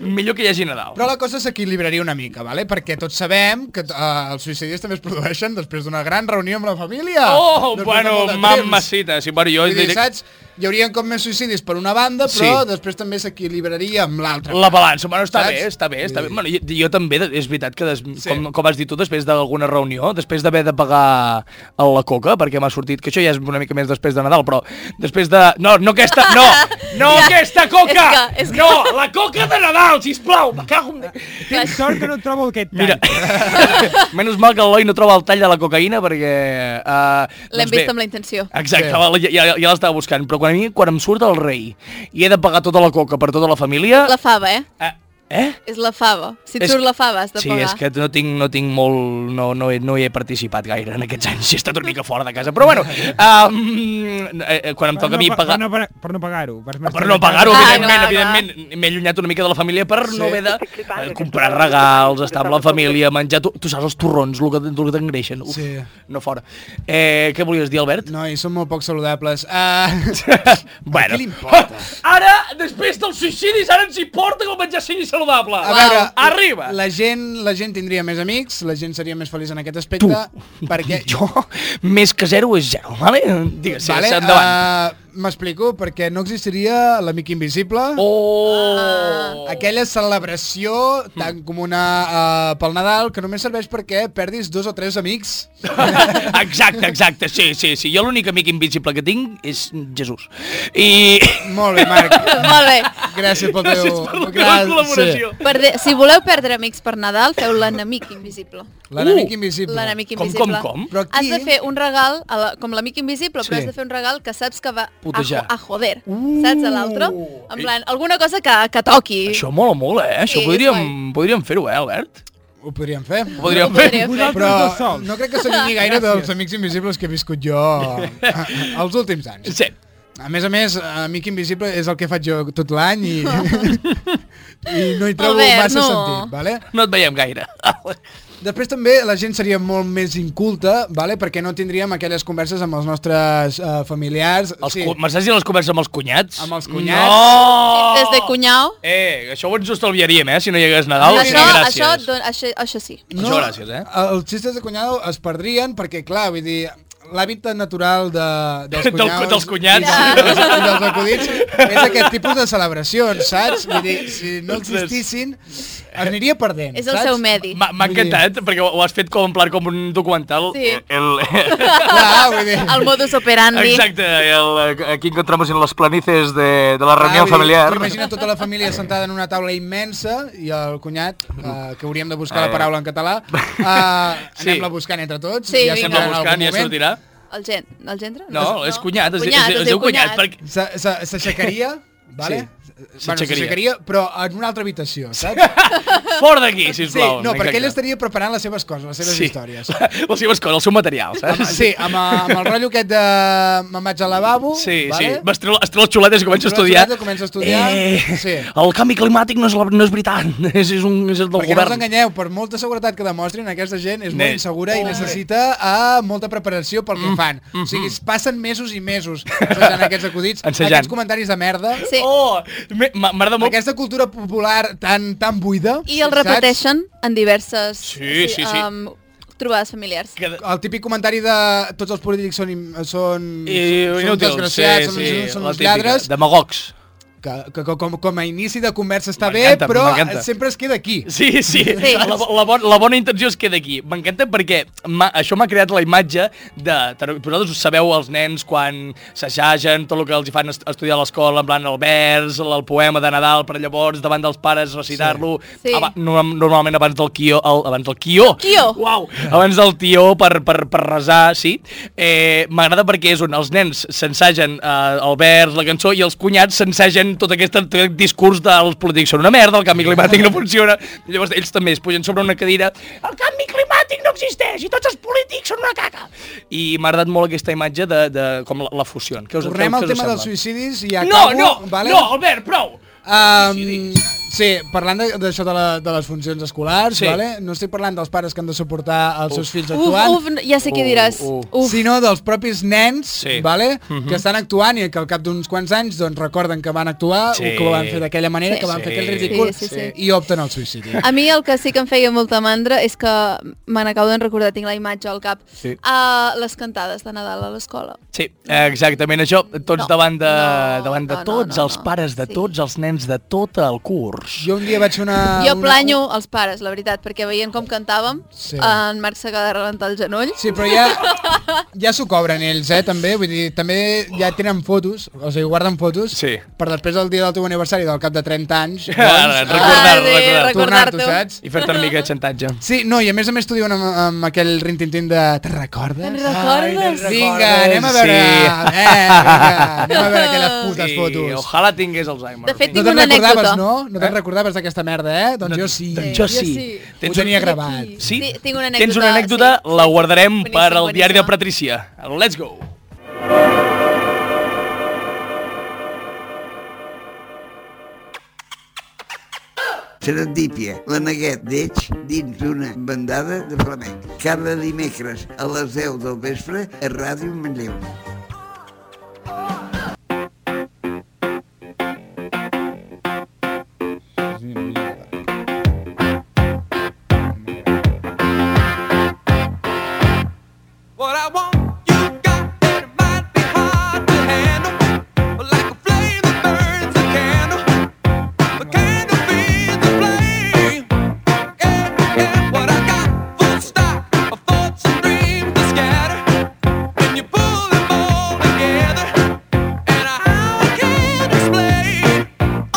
Millor que hi hagi Nadal. Però la cosa s'equilibraria una mica, vale? perquè tots sabem que eh, els suïcidis també es produeixen després d'una gran reunió amb la família. Oh, Després de molt bueno, de temps. mamacita. Sí, bueno, jo... Vull dir, diré- saps? Hi haurien com més suïcidis per una banda, però Sí. després també s'equilibraria amb l'altra. La balança, bueno, està Saps? bé, està bé, està bé. Sí. Bueno, jo, jo també, de- és veritat que, des, Sí. sí. com, com has dit tu, després d'alguna reunió, després d'haver de pagar a la coca, perquè m'ha sortit, que això ja és una mica més després de Nadal, però després de... No, no aquesta, no! No Ja, aquesta coca! és que- és que- No, la coca de Nadal, sisplau! Me cago en... Tinc doncs sort que no trobo aquest tall. Mira, menys mal que l'Eloi no troba el tall de la cocaïna perquè... Uh, L'hem vist amb la intenció. Exacte, Sí. sí. ja, ja, ja l'estava buscant, però quan a mi quan em surt el rei i he de pagar tota la coca per tota la família... La fava, eh? La... Eh? És la fava. Si et És- surt la fava has de Sí, pagar. és que no tinc, no tinc molt... No, no, he, no hi he participat gaire en aquests anys. He estat una mica fora de casa. Però bueno, um, eh, eh, quan em Per toca a no mi pa- pagar... Per no, pa- per no pagar-ho. Per no pagar-ho, Ah, evidentment, clar, evidentment. M'he allunyat una mica de la família per Sí. no haver de eh, comprar regals, estar amb la família, menjar... Tu, tu saps els torrons, el que, el que t'engreixen. Uf, Sí. No fora. Eh, què volies dir, Albert? Noi, són molt poc saludables. Uh... bueno. A qui li importa? Ara, després dels suïcidis, ara ens importa que el menjar sigui saludable. A veure, Arriba. La gent, la gent tindria més amics, la gent seria més feliç en aquest aspecte, tu. perquè... Jo, més que zero és zero, vale? Digues, sí, vale, endavant. Uh, M'explico, perquè no existiria l'amic invisible, Uh... Oh! aquella celebració Mm. tan comuna uh, pel Nadal que només serveix perquè perdis dos o tres amics. exacte, exacte, sí, sí, sí. Jo l'únic amic invisible que tinc és Jesús. I... Molt bé, Marc. Molt bé. Gràcies pel teu... Gràcies per la teva Gràcies. col·laboració. Perde... Si voleu perdre amics per Nadal, feu l'enemic invisible. L'enemic Uh! invisible. L'enemic Com, invisible. com, com? Però Has aquí- de fer un regal, a la, com l'amic invisible, però Sí. has de fer un regal que saps que va a, Putejar. Uh! Eh. jo- a joder. Saps, a l'altre? En plan, alguna cosa que, que toqui. Això mola molt, eh? Això Sí, podríem, podríem fer-ho, eh, Albert? Ho podríem fer. Ho podríem Ho fer. podríem fer. Vosaltres Però dos sols. no crec que s'allunyi gaire dels amics invisibles que he viscut jo eh, els últims anys. Sí. A més a més, amic invisible és el que faig jo tot l'any i, i no hi trobo Albert, massa no. sentit, vale? No et veiem gaire. Després també la gent seria molt més inculta, vale? perquè no tindríem aquelles converses amb els nostres uh, familiars. Els sí. M'estàs dient les converses amb els cunyats? Amb els cunyats. No! Des de cunyau. Eh, això ho ens ho estalviaríem, eh, si no hi hagués Nadal. Això- sí, això, gràcies. això, don, això, això sí. Això, gràcies, eh? Els xistes de cunyado es perdrien perquè, clar, vull dir, l'hàbitat natural de, dels Del- cunyaus... dels cunyats. I dels, i dels acudits és aquest tipus de celebracions, saps? Vull dir, si no Ostres. existissin, aniria perdent, És el saps? seu medi. M'ha m'ha encantat, perquè ho ho has fet com en plan com un documental. Sí. El, Clar, vull dir... El modus operandi. Exacte, el, aquí encontramos en las planicies de, de la clar, reunión Ah, vull dir, familiar. Imagina tota la família sentada en una taula immensa i el cunyat, eh, que hauríem de buscar Eh. la paraula en català, eh, anem-la Sí. buscant entre tots. Sí, ja vinga. Anem-la sembla en buscant algun i ja moment. sortirà. El, gen, el gendre? Doncs No, és cunyat, es, Cunyat, es, es, diu cunyat. perquè S'ha- s'ha- S'aixecaria Vale? Sí. Bueno, S'aixecaria. s'aixecaria, però en una altra habitació, saps? Fora d'aquí, sisplau. sí, no, perquè Exacte. ell estaria preparant les seves coses, les seves sí. històries. Les seves coses, el seu material, Amb, saps? sí, ah, amb, amb el rotllo aquest de me'n vaig al lavabo, Sí, vale? sí. Es treu, es treu les xuletes i comença a Treu les estudiar. xuletes, comença a estudiar, Eh, sí. El canvi climàtic no és, la, no és veritat, és, és, un, és el del Perquè no us govern. enganyeu, per molta seguretat que demostrin, aquesta gent és Ne- Mm, molt insegura i necessita eh, molta preparació pel que fan. O sigui, es passen mesos i mesos ensejant aquests acudits, Ensejant. aquests comentaris de merda, Sí. Oh, me- m'a- m'agrada molt. aquesta cultura popular tan tan buida. I el saps? repeteixen en diverses Sí, sí, sí. em, trobades familiars. Que, El típic comentari de tots els polítics són, im- són, I, són inútils, desgraciats, són, són, són la uns típica, lladres, Demagogs. que, que, que com, com a inici de conversa està bé, M'encanta, però m'encanta. sempre es queda aquí. Sí, sí, Sí. La, bo- la, bon, la bona intenció es queda aquí. M'encanta perquè m'ha- això m'ha creat la imatge de... però Vosaltres us sabeu els nens quan s'assagen, tot el que els hi fan est estudiar a l'escola, en plan el vers, el, el poema de Nadal, per llavors davant dels pares recitar-lo, Sí. aba- no, normalment abans del quió, el, abans del quió, Quió. Uau, abans del tió per, per, per resar, sí. Eh, M'agrada perquè és on els nens s'ensagen eh, el vers, la cançó, i els cunyats s'ensagen tot aquest discurs dels polítics són una merda, el canvi climàtic no funciona. I llavors ells també es pugen sobre una cadira. El canvi climàtic no existeix i tots els polítics són una caca. I m'ha agradat molt aquesta imatge de, de com la, la fusió. Què us, Tornem què al us tema sembla? dels suïcidis i No, acabo... no, vale? no, Albert, prou! Um, sí, parlant de- d'això de, la, de les funcions escolars, Sí. sí. vale? no estic parlant dels pares que han de suportar els uf. seus fills Uf, actuant, uf, ja sé què Uh, diràs. uh. Uf, sinó dels propis nens Sí. Mhm. sí. vale? uh -huh. que estan actuant i que al cap d'uns quants anys doncs, recorden que van actuar Sí. o que ho van fer d'aquella manera, Sí. que van fer Sí. aquell ridícul Sí, sí, sí. i opten al suïcidi. A mi el que sí que em feia molta mandra és que me n'acabo d'en recordar, tinc la imatge al cap, sí. a les cantades de Nadal a l'escola. Sí, exactament això. Tots No, davant de, no, davant de no, no, tots, no, els no. pares de Sí. tots, els nens de tot el curs. Jo un dia vaig fer Ah, una... Jo una- planyo els pares, la veritat, perquè veient com cantàvem, Sí. en Marc s'acaba de rebentar el genoll. Sí, però ja, ja s'ho cobren ells, eh, també. Vull dir, també ja tenen fotos, o sigui, guarden fotos, Sí. per després del dia del teu aniversari del cap de 30 anys, doncs, Ara, recordar-ho, Ah, sí, recordar-ho. tornar-t'ho, recordar-t'ho. saps? I fer-te una mica de xantatge. Sí, no, i a més a més t'ho diuen amb, amb aquell rintintín de... Te'n Te'n recordes? recordes? Vinga, anem a Sí. veure... Eh, vinga, anem a veure aquelles putes Sí, fotos. Ojalà tingués Alzheimer. De fet, No Tinc te'n una recordaves, anècdota. no? No Eh? te'n recordaves d'aquesta merda, eh? Doncs jo sí. Doncs jo sí. Ho tenia gravat. Sí? Sí, tinc una Tens una anècdota, anècdota, sí, sí, la sí. guardarem Boníssim, per al diari de boníssima. Patricia. Let's go. Serendípia, la neguet d'Eix dins d'una bandada de flamenc. Cada dimecres a les 10 del vespre a Ràdio Manlleu. What I want, you got, and it might be hard to handle. Like a flame that burns a candle. The candle feeds the flame. Yeah, yeah, what I got, full stock, of thoughts and dreams to scatter. When you pull them all Oh, Oh, oh,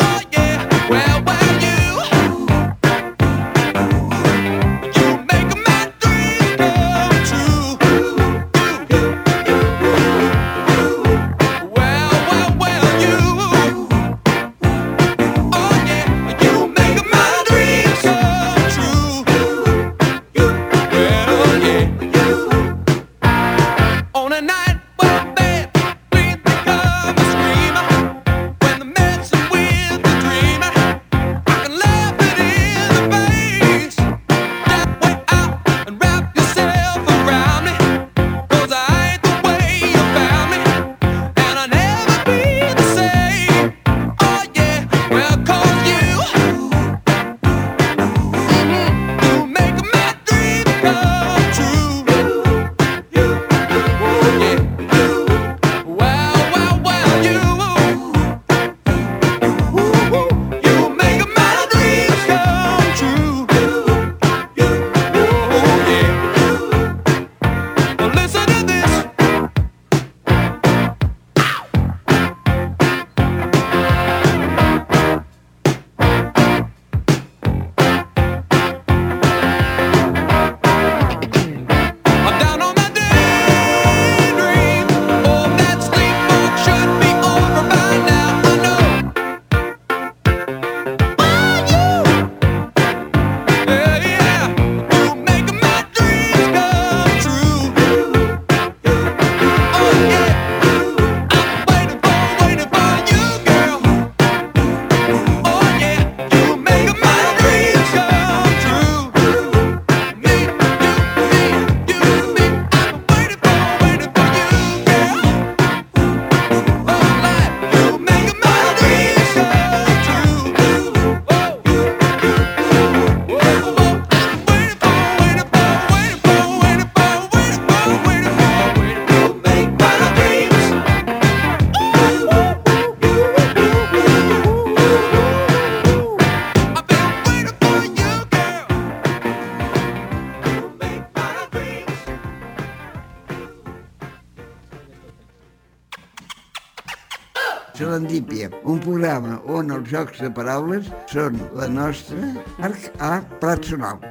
Serendípia, un programa on els jocs de paraules són la nostra arc a Prat Sonal.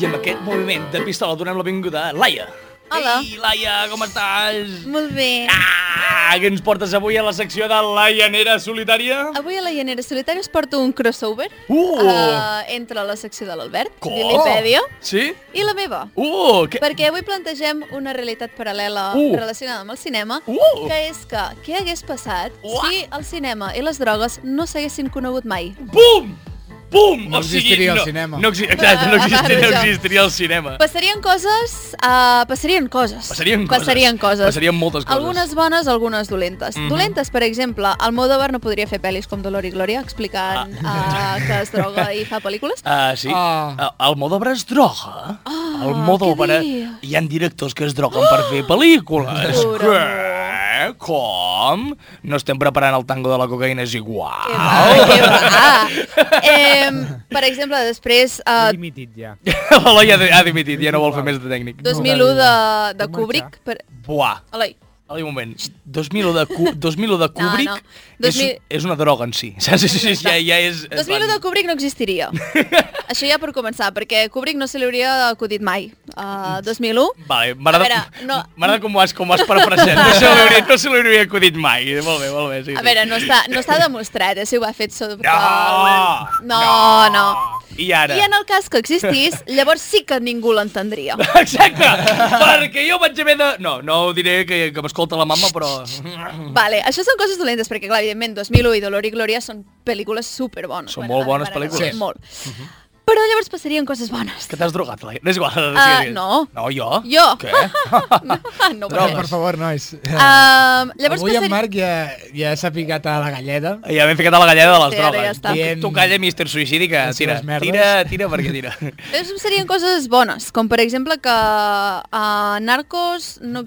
I amb aquest moviment de pistola donem la benvinguda a Laia. Hola. Ei, Laia, com estàs? Molt bé. Ah, què ens portes avui a la secció de la llanera solitària? Avui a la Llanera Solitària us porto un crossover Uh! eh, entre la secció de l'Albert, Com? Lilipèdia, Sí? i la meva. Uh, que... Perquè avui plantegem una realitat paral·lela Uh! relacionada amb el cinema, Uh! que és que què hagués passat Uah! si el cinema i les drogues no s'haguessin conegut mai? Bum! Bum! No o sigui, existiria el no, cinema. No, exi- exacte, no, Ah, existiria, no ara ja. existiria el cinema. Passarien coses, uh, passarien coses. Passarien coses. Passarien coses. Passarien moltes coses. Mhm. Algunes bones, algunes dolentes. Mm -hmm. Dolentes, per exemple, Almodóvar no podria fer pel·lis com Dolor i Glòria explicant ah. uh, que es droga i fa pel·lícules. Ah, sí. Ah. El Modóvar es droga. Ah, el Modóvar... què dius? Ah, Hi han directors que es droguen per fer pel·lícules. Jura. Què? Com? No estem preparant el tango de la cocaïna, és Que igual. va, que va. Eh, per exemple, després, uh, Limitit ja. L'Eloi ha, ha dimitit, ja no vol fer més de tècnic. 2001 de, de Puc Kubrick... marxar? Per... Buah. Eloi, Eloi, un moment. 2001 de, Ku 2001 de Kubrick no. És, 2000 és una droga en si. Saps? Sí, sí, sí, ja, ja és... és 2001 de Kubrick no existiria. Això ja per començar, perquè Kubrick no se li hauria acudit mai. Uh, 2001, Vale, m'agrada A veure, no- no... com ho has, com ho has parafrasat. No se l'hauria no se l'hauria acudit mai. Molt bé, molt bé. Sí, A sí. veure, no està, no està demostrat, eh, si ho ha fet sobre... Ah, No! No, no. I ara? I en el cas que existís, llavors sí que ningú l'entendria. Exacte! perquè jo vaig haver de... No, no ho diré que, que m'escolta la mama, però... Vale, això són coses dolentes, perquè, clar, evidentment, 2001 i Dolor i Glòria són pel·lícules superbones. Són molt bones pel·lícules. Sí. Molt. Però llavors passarien coses bones. Que t'has drogat, Laia? No és igual. Ah, sí. no. No, jo? Jo? Què? Eh, no, no ho No, sé. Eh, per favor, nois. Um, llavors Avui en passarien... Marc ja, ja s'ha picat a la galleda. Ja m'he ficat a la galleda de les Sí, ara drogues. ja està. Tu, tu calla, Mr. Suïcidi, que Les tira, seves merdes. tira, tira, perquè tira. Llavors serien coses bones, com per exemple que uh, Narcos no Oh,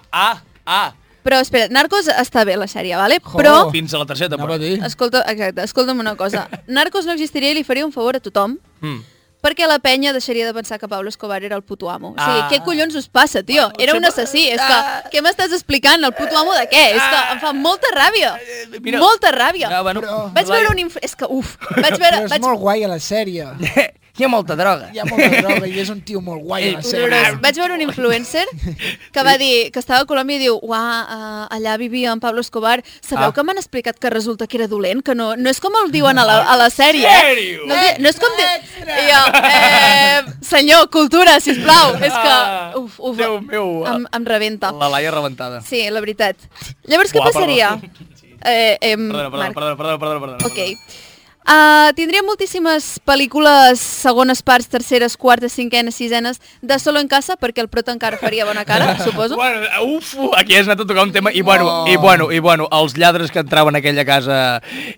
ah, ah, ah. Però espera, Narcos està bé la sèrie, vale? Jo. Però... Oh. Fins a la tercera Anava a temporada. dir. Escolta, exacte, escolta'm una cosa. Narcos no existiria i li faria un favor a tothom Mm. perquè la penya deixaria de pensar que Pablo Escobar era el puto amo. O sigui, Ah. què collons us passa, tio? Era un assassí. És que, què m'estàs explicant? El puto amo de què? És que em fa molta ràbia. Eh, mira- molta ràbia. No, bueno, Vaig veure un... Inf... És que, uf. Vaig veure... Però és Vaig... molt guai a la sèrie. Hi ha molta droga. Hi ha molta droga i és un tio molt guai a la sèrie. Horrorós. Vaig veure un influencer que va dir que estava a Colòmbia i diu uah, uh, allà vivia en Pablo Escobar. Sabeu Ah. ah. que m'han explicat que resulta que era dolent? Que no, no és com el diuen a la, a la sèrie. Sèrio? Eh? No, di- no és com... Di... I Jo, eh, senyor, cultura, sisplau. És que... Ah, Uf, uf, Déu meu. Em, em rebenta. La Laia rebentada. Sí, la veritat. Llavors, què Uah, perdó. passaria? Eh, eh, Perdona, perdona, Marc. perdona, perdona, perdona, perdona. Ok. Uh, tindria moltíssimes pel·lícules, segones parts, terceres, quartes, cinquenes, sisenes, de Solo en casa, perquè el prota encara faria bona cara, suposo. Bueno, uf, aquí has anat a tocar un tema i bueno, i bueno, i bueno, els lladres que entraven a aquella casa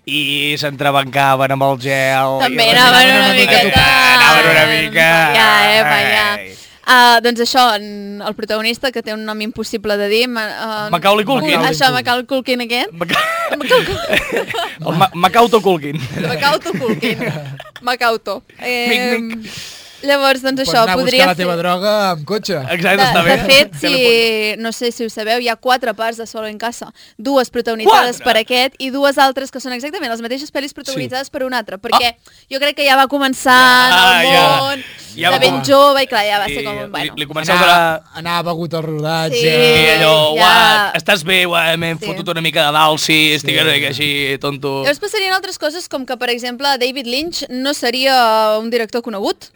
i s'entrebancaven amb el gel. També i la- tota anaven una miqueta... Anaven una mica. Ja, eh, va, ja. Ai. Uh, doncs això, en- el protagonista, que té un nom impossible de dir... ma- Uh, Macaulay Culkin. Això, Macaulay Culkin aquest. Maca- Macaulay Culkin. El Ma- Macauto Culkin. Macauto Culkin. Macauto. Eh, Mic, Llavors, doncs Pots això, anar a buscar podria la teva droga amb cotxe. Exacte, De, està bé. de fet, Ja l'he si, no sé si ho sabeu, hi ha quatre parts de Solo en Casa. Dues protagonitzades Quatre? per aquest i dues altres que són exactament les mateixes pel·lis protagonitzades sí. per un altre, perquè jo crec que ja va començar Ah, en el ja. món, Ja ja, va de ben començar. jove, i clar, ja va I ser com... un- Bueno. Li, li comença a Anar, donar... anar begut al rodatge. Sí. I allò, Ja. ja. estàs bé, uà, m'he Sí. fotut una mica de dalsi, sí. estic una mica així, tonto. Llavors passarien altres coses com que, per exemple, David Lynch no seria un director conegut,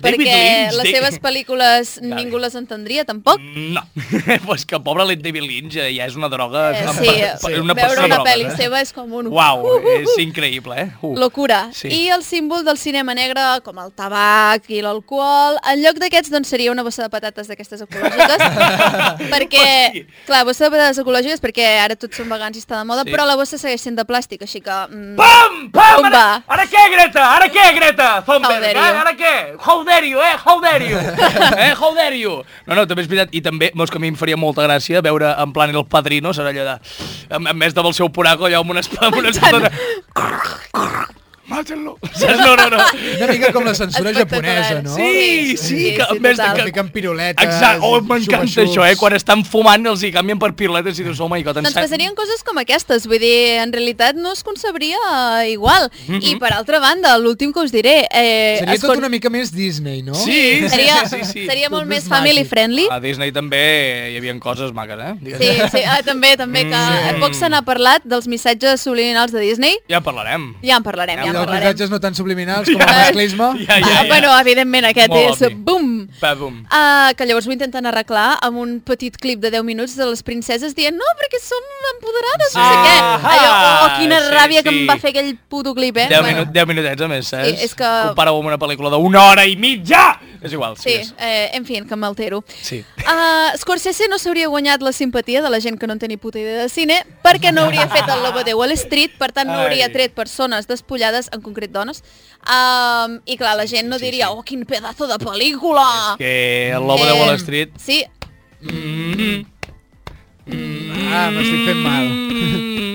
perquè Lynch, les David- seves pel·lícules Ja, ningú les entendria tampoc. No, pues que pobre l'Ed David Lynch eh, ja és una droga... Eh, una sí, per- per- veure persona una droga, pel·li eh? seva és com un... Uau, Uh, uh, uh. és increïble, eh? Uh. Locura. Sí. Sí. I el símbol del cinema negre, com el tabac i l'alcohol, en lloc d'aquests doncs seria una bossa de patates d'aquestes ecològiques, perquè, clar, bossa de vegades ecològic és perquè ara tots són vegans i està de moda, Sí. sí. però la bossa segueix sent de plàstic, així que... Mm, Pam! Pam! Ara, Bomba. ara què, Greta? Ara què, Greta? Thunberg, dare eh? you. Ara què? How dare you, eh? How dare you? eh? How dare you? No, no, també és veritat. I també, veus que a mi em faria molta gràcia veure en plan el padrino, serà allò de... A a més del seu poraco, allò amb una espada... Amb una espada... Màtenlo! Saps? No, no, no. Una mica com la censura Espectacular. japonesa, no? Sí, sí, que a més de total. Que fiquen piruletes... Exacte, oh, m'encanta xupa-xups. això, eh? Quan estan fumant els hi canvien per piruletes i dius, oh my god, en Doncs sèrio?" passarien coses com aquestes, vull dir, en realitat no es concebria eh, igual. Mm Mhm. -hmm. I per altra banda, l'últim que us diré... Eh, Seria es tot con- una mica més Disney, no? Sí, sí, Seria, sí, sí. seria molt Tot més més family màgic. friendly. A Disney també hi havia coses maques, eh? Digues. Sí, sí, ah, també, també, que Mm. poc se n'ha parlat dels missatges subliminals de Disney. Ja en parlarem. Ja en parlarem, ja I en dels parlarem. Eh? missatges no tan subliminals com el masclisme. Ja, ja, Ah, ja. bueno, evidentment, aquest Molt és... obvi. Bum! Pabum. Uh, que llavors ho intenten arreglar amb un petit clip de 10 minuts de les princeses dient no, perquè som empoderades, no sé què. Ah, Allò, oh, oh, quina sí, ràbia que sí. em va fer aquell puto clip, eh? 10 minut, 10 minutets a més, saps? Sí, és que- Compara-ho amb una pel·lícula d'una hora i mitja! És igual, Sí, sí. eh, en fi, que m'altero. Sí. Uh, Scorsese no s'hauria guanyat la simpatia de la gent que no en té ni puta idea de cine perquè no hauria fet el Lobo de Wall Street, per tant no Ai. hauria tret persones despullades, en concret dones, um, i clar, la gent no diria, oh, quin pedazo de pel·lícula! És que el Lobo de Ah. Eh, Wall Street... Sí, Ah, m'estic Mm. fent mal.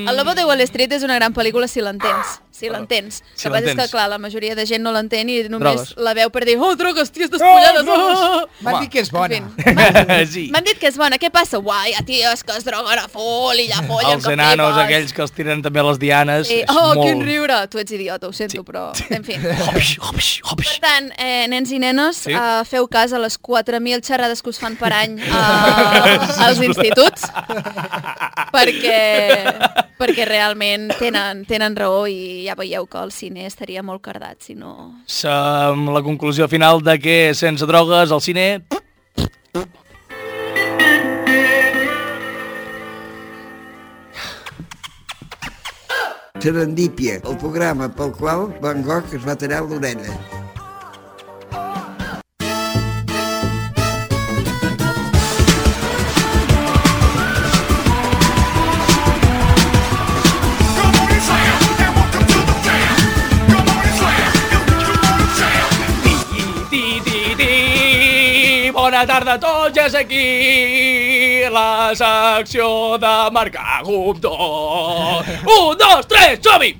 El Lobo de Wall Street és una gran pel·lícula si l'entens, si l'entens. Si Si el que passa és que, l'entens. clar, la majoria de gent no l'entén i només Drogues. la veu per dir «Oh, drogues, ties despullades!» Oh, drogues! oh, oh. M'han dit que és bona. En fi, m'han- Sí. M'han dit que és bona. Què passa? Uai, a ties que es droguen a full i ja follen Els enanos aquells que els tiren també a les dianes. Sí. és Oh, molt... quin riure! Tu ets idiota, ho sento, però... En fi. Hopix, hopix, hopix. Per tant, eh, nens i nenes, Sí. sí. eh, feu cas a les 4.000 xerrades que us fan per any eh, als instituts, perquè, perquè realment tenen, tenen raó i ja veieu que el cine estaria molt cardat, si no... S- Amb la conclusió final de que sense drogues al cine... Serendípia, el programa pel qual Van Gogh es va tallar l'orella. Ti, ti, ti. Bona tarda a tots, ja és aquí la secció de marcar un, dos, un, dos, tres, som-hi!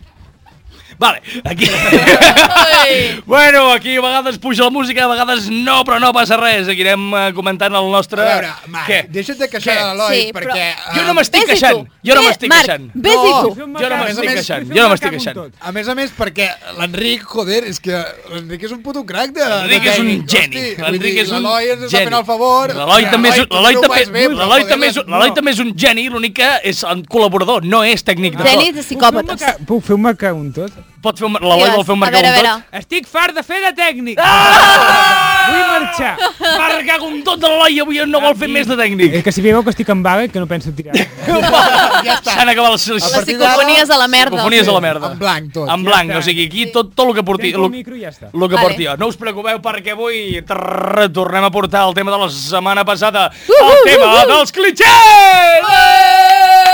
Vale, aquí... Ai! bueno, aquí a vegades puja la música, a vegades no, però no passa res. Aquí anem eh, comentant el nostre... A veure, Marc, Què? deixa't de Què? queixar de l'Eloi, Sí, perquè... però- Jo eh, no m'estic Ves-hi queixant, tu. jo no Ve- m'estic Marc, queixant. Ves-hi No. tu! Jo no m'estic queixant, jo no m'estic queixant. A més a més, perquè l'Enric, joder, és que l'Enric és un puto crac de... L'Enric de és un tècnic. geni. Hosti, vull L'Enric dir, és un L'Eloi ens està geni. fent el favor. L'Eloi també, és, un- l'Eloi tu ho també, fas bé, però, l'Eloi joder, també, és, un- no. l'Eloi també és un geni, l'únic que és un col·laborador, no és tècnic de Geni tot. de psicòpates. Puc fer un macar un tot? Pot fer un, l'Eloi vol fer un a marcar veure, a un veure. tot? Estic fart de fer de tècnic! Vull marxar! Marcar un tot de l'Eloi avui no vol fer més de És tècnic. Eh, que si veieu que estic en vaga i que no penso tirar. ja està. S'han acabat les, les Les partir psicofonies a la merda. psicofonies a la merda. En blanc, tot. En blanc, Ja o està. sigui, aquí tot, tot el que porti... Tanco Lo, el micro i ja està. lo que Vale. porti. No us preocupeu perquè avui trrr, tornem a portar el tema de la setmana passada, el tema dels clitxers!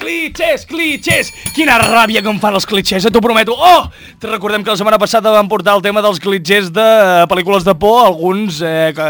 Clitxers, clitxers! Quina ràbia que em fan els clitxers, eh, t'ho prometo. Oh! Te recordem que la setmana passada vam portar el tema dels clitxers de eh, pel·lícules de por, alguns eh, que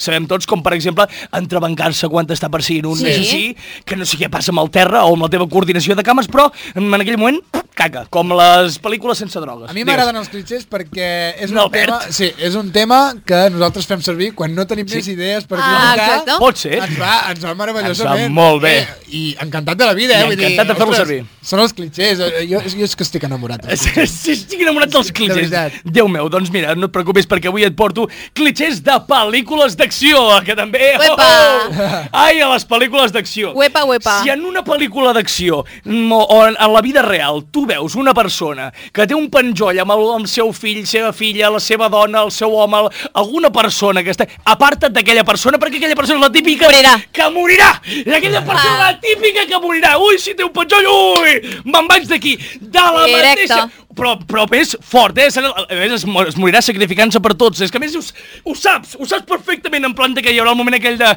sabem tots, com per exemple entrebancar-se quan t'està perseguint un Sí. assassí, que no sé què passa amb el terra o amb la teva coordinació de cames, però en aquell moment, caca, com les pel·lícules sense drogues. A mi Digues. m'agraden els clitxers perquè és un, No, Albert. tema, sí, és un tema que nosaltres fem servir quan no tenim més idees per Ah, explicar. exacte. Pot ser. Ens va, ens va meravellosament. Ens va molt bé. Eh, I encantat de la vida, eh? I vull dir, encantat de fer-lo ostres, servir. Són els clitxers. eh, Jo, jo és que estic enamorat. dels Sí, sí, estic enamorat dels clitxers. veritat. Déu meu, doncs mira, no et preocupis perquè avui et porto clitxers de pel·lícules d'acció, que també... oh, Uepa! Ai, a les pel·lícules d'acció. Uepa, uepa. Si en una pel·lícula d'acció mm, o o en, en la vida real tu veus una persona que té un penjoll amb el, amb el seu fill, seva filla, la seva dona, el seu home, el, alguna persona que està... Aparta't d'aquella persona perquè aquella persona és la típica Morirà. que morirà. És aquella persona Ah. la típica que morirà. Ui, si té un penjoll, ui, me'n vaig d'aquí. De la Directe. mateixa... Però, però és fort, eh? Serà- A més, es, mo- es morirà sacrificant-se per tots. És que a més ho, s- ho saps, ho saps perfectament, en plan de que hi haurà el moment aquell de...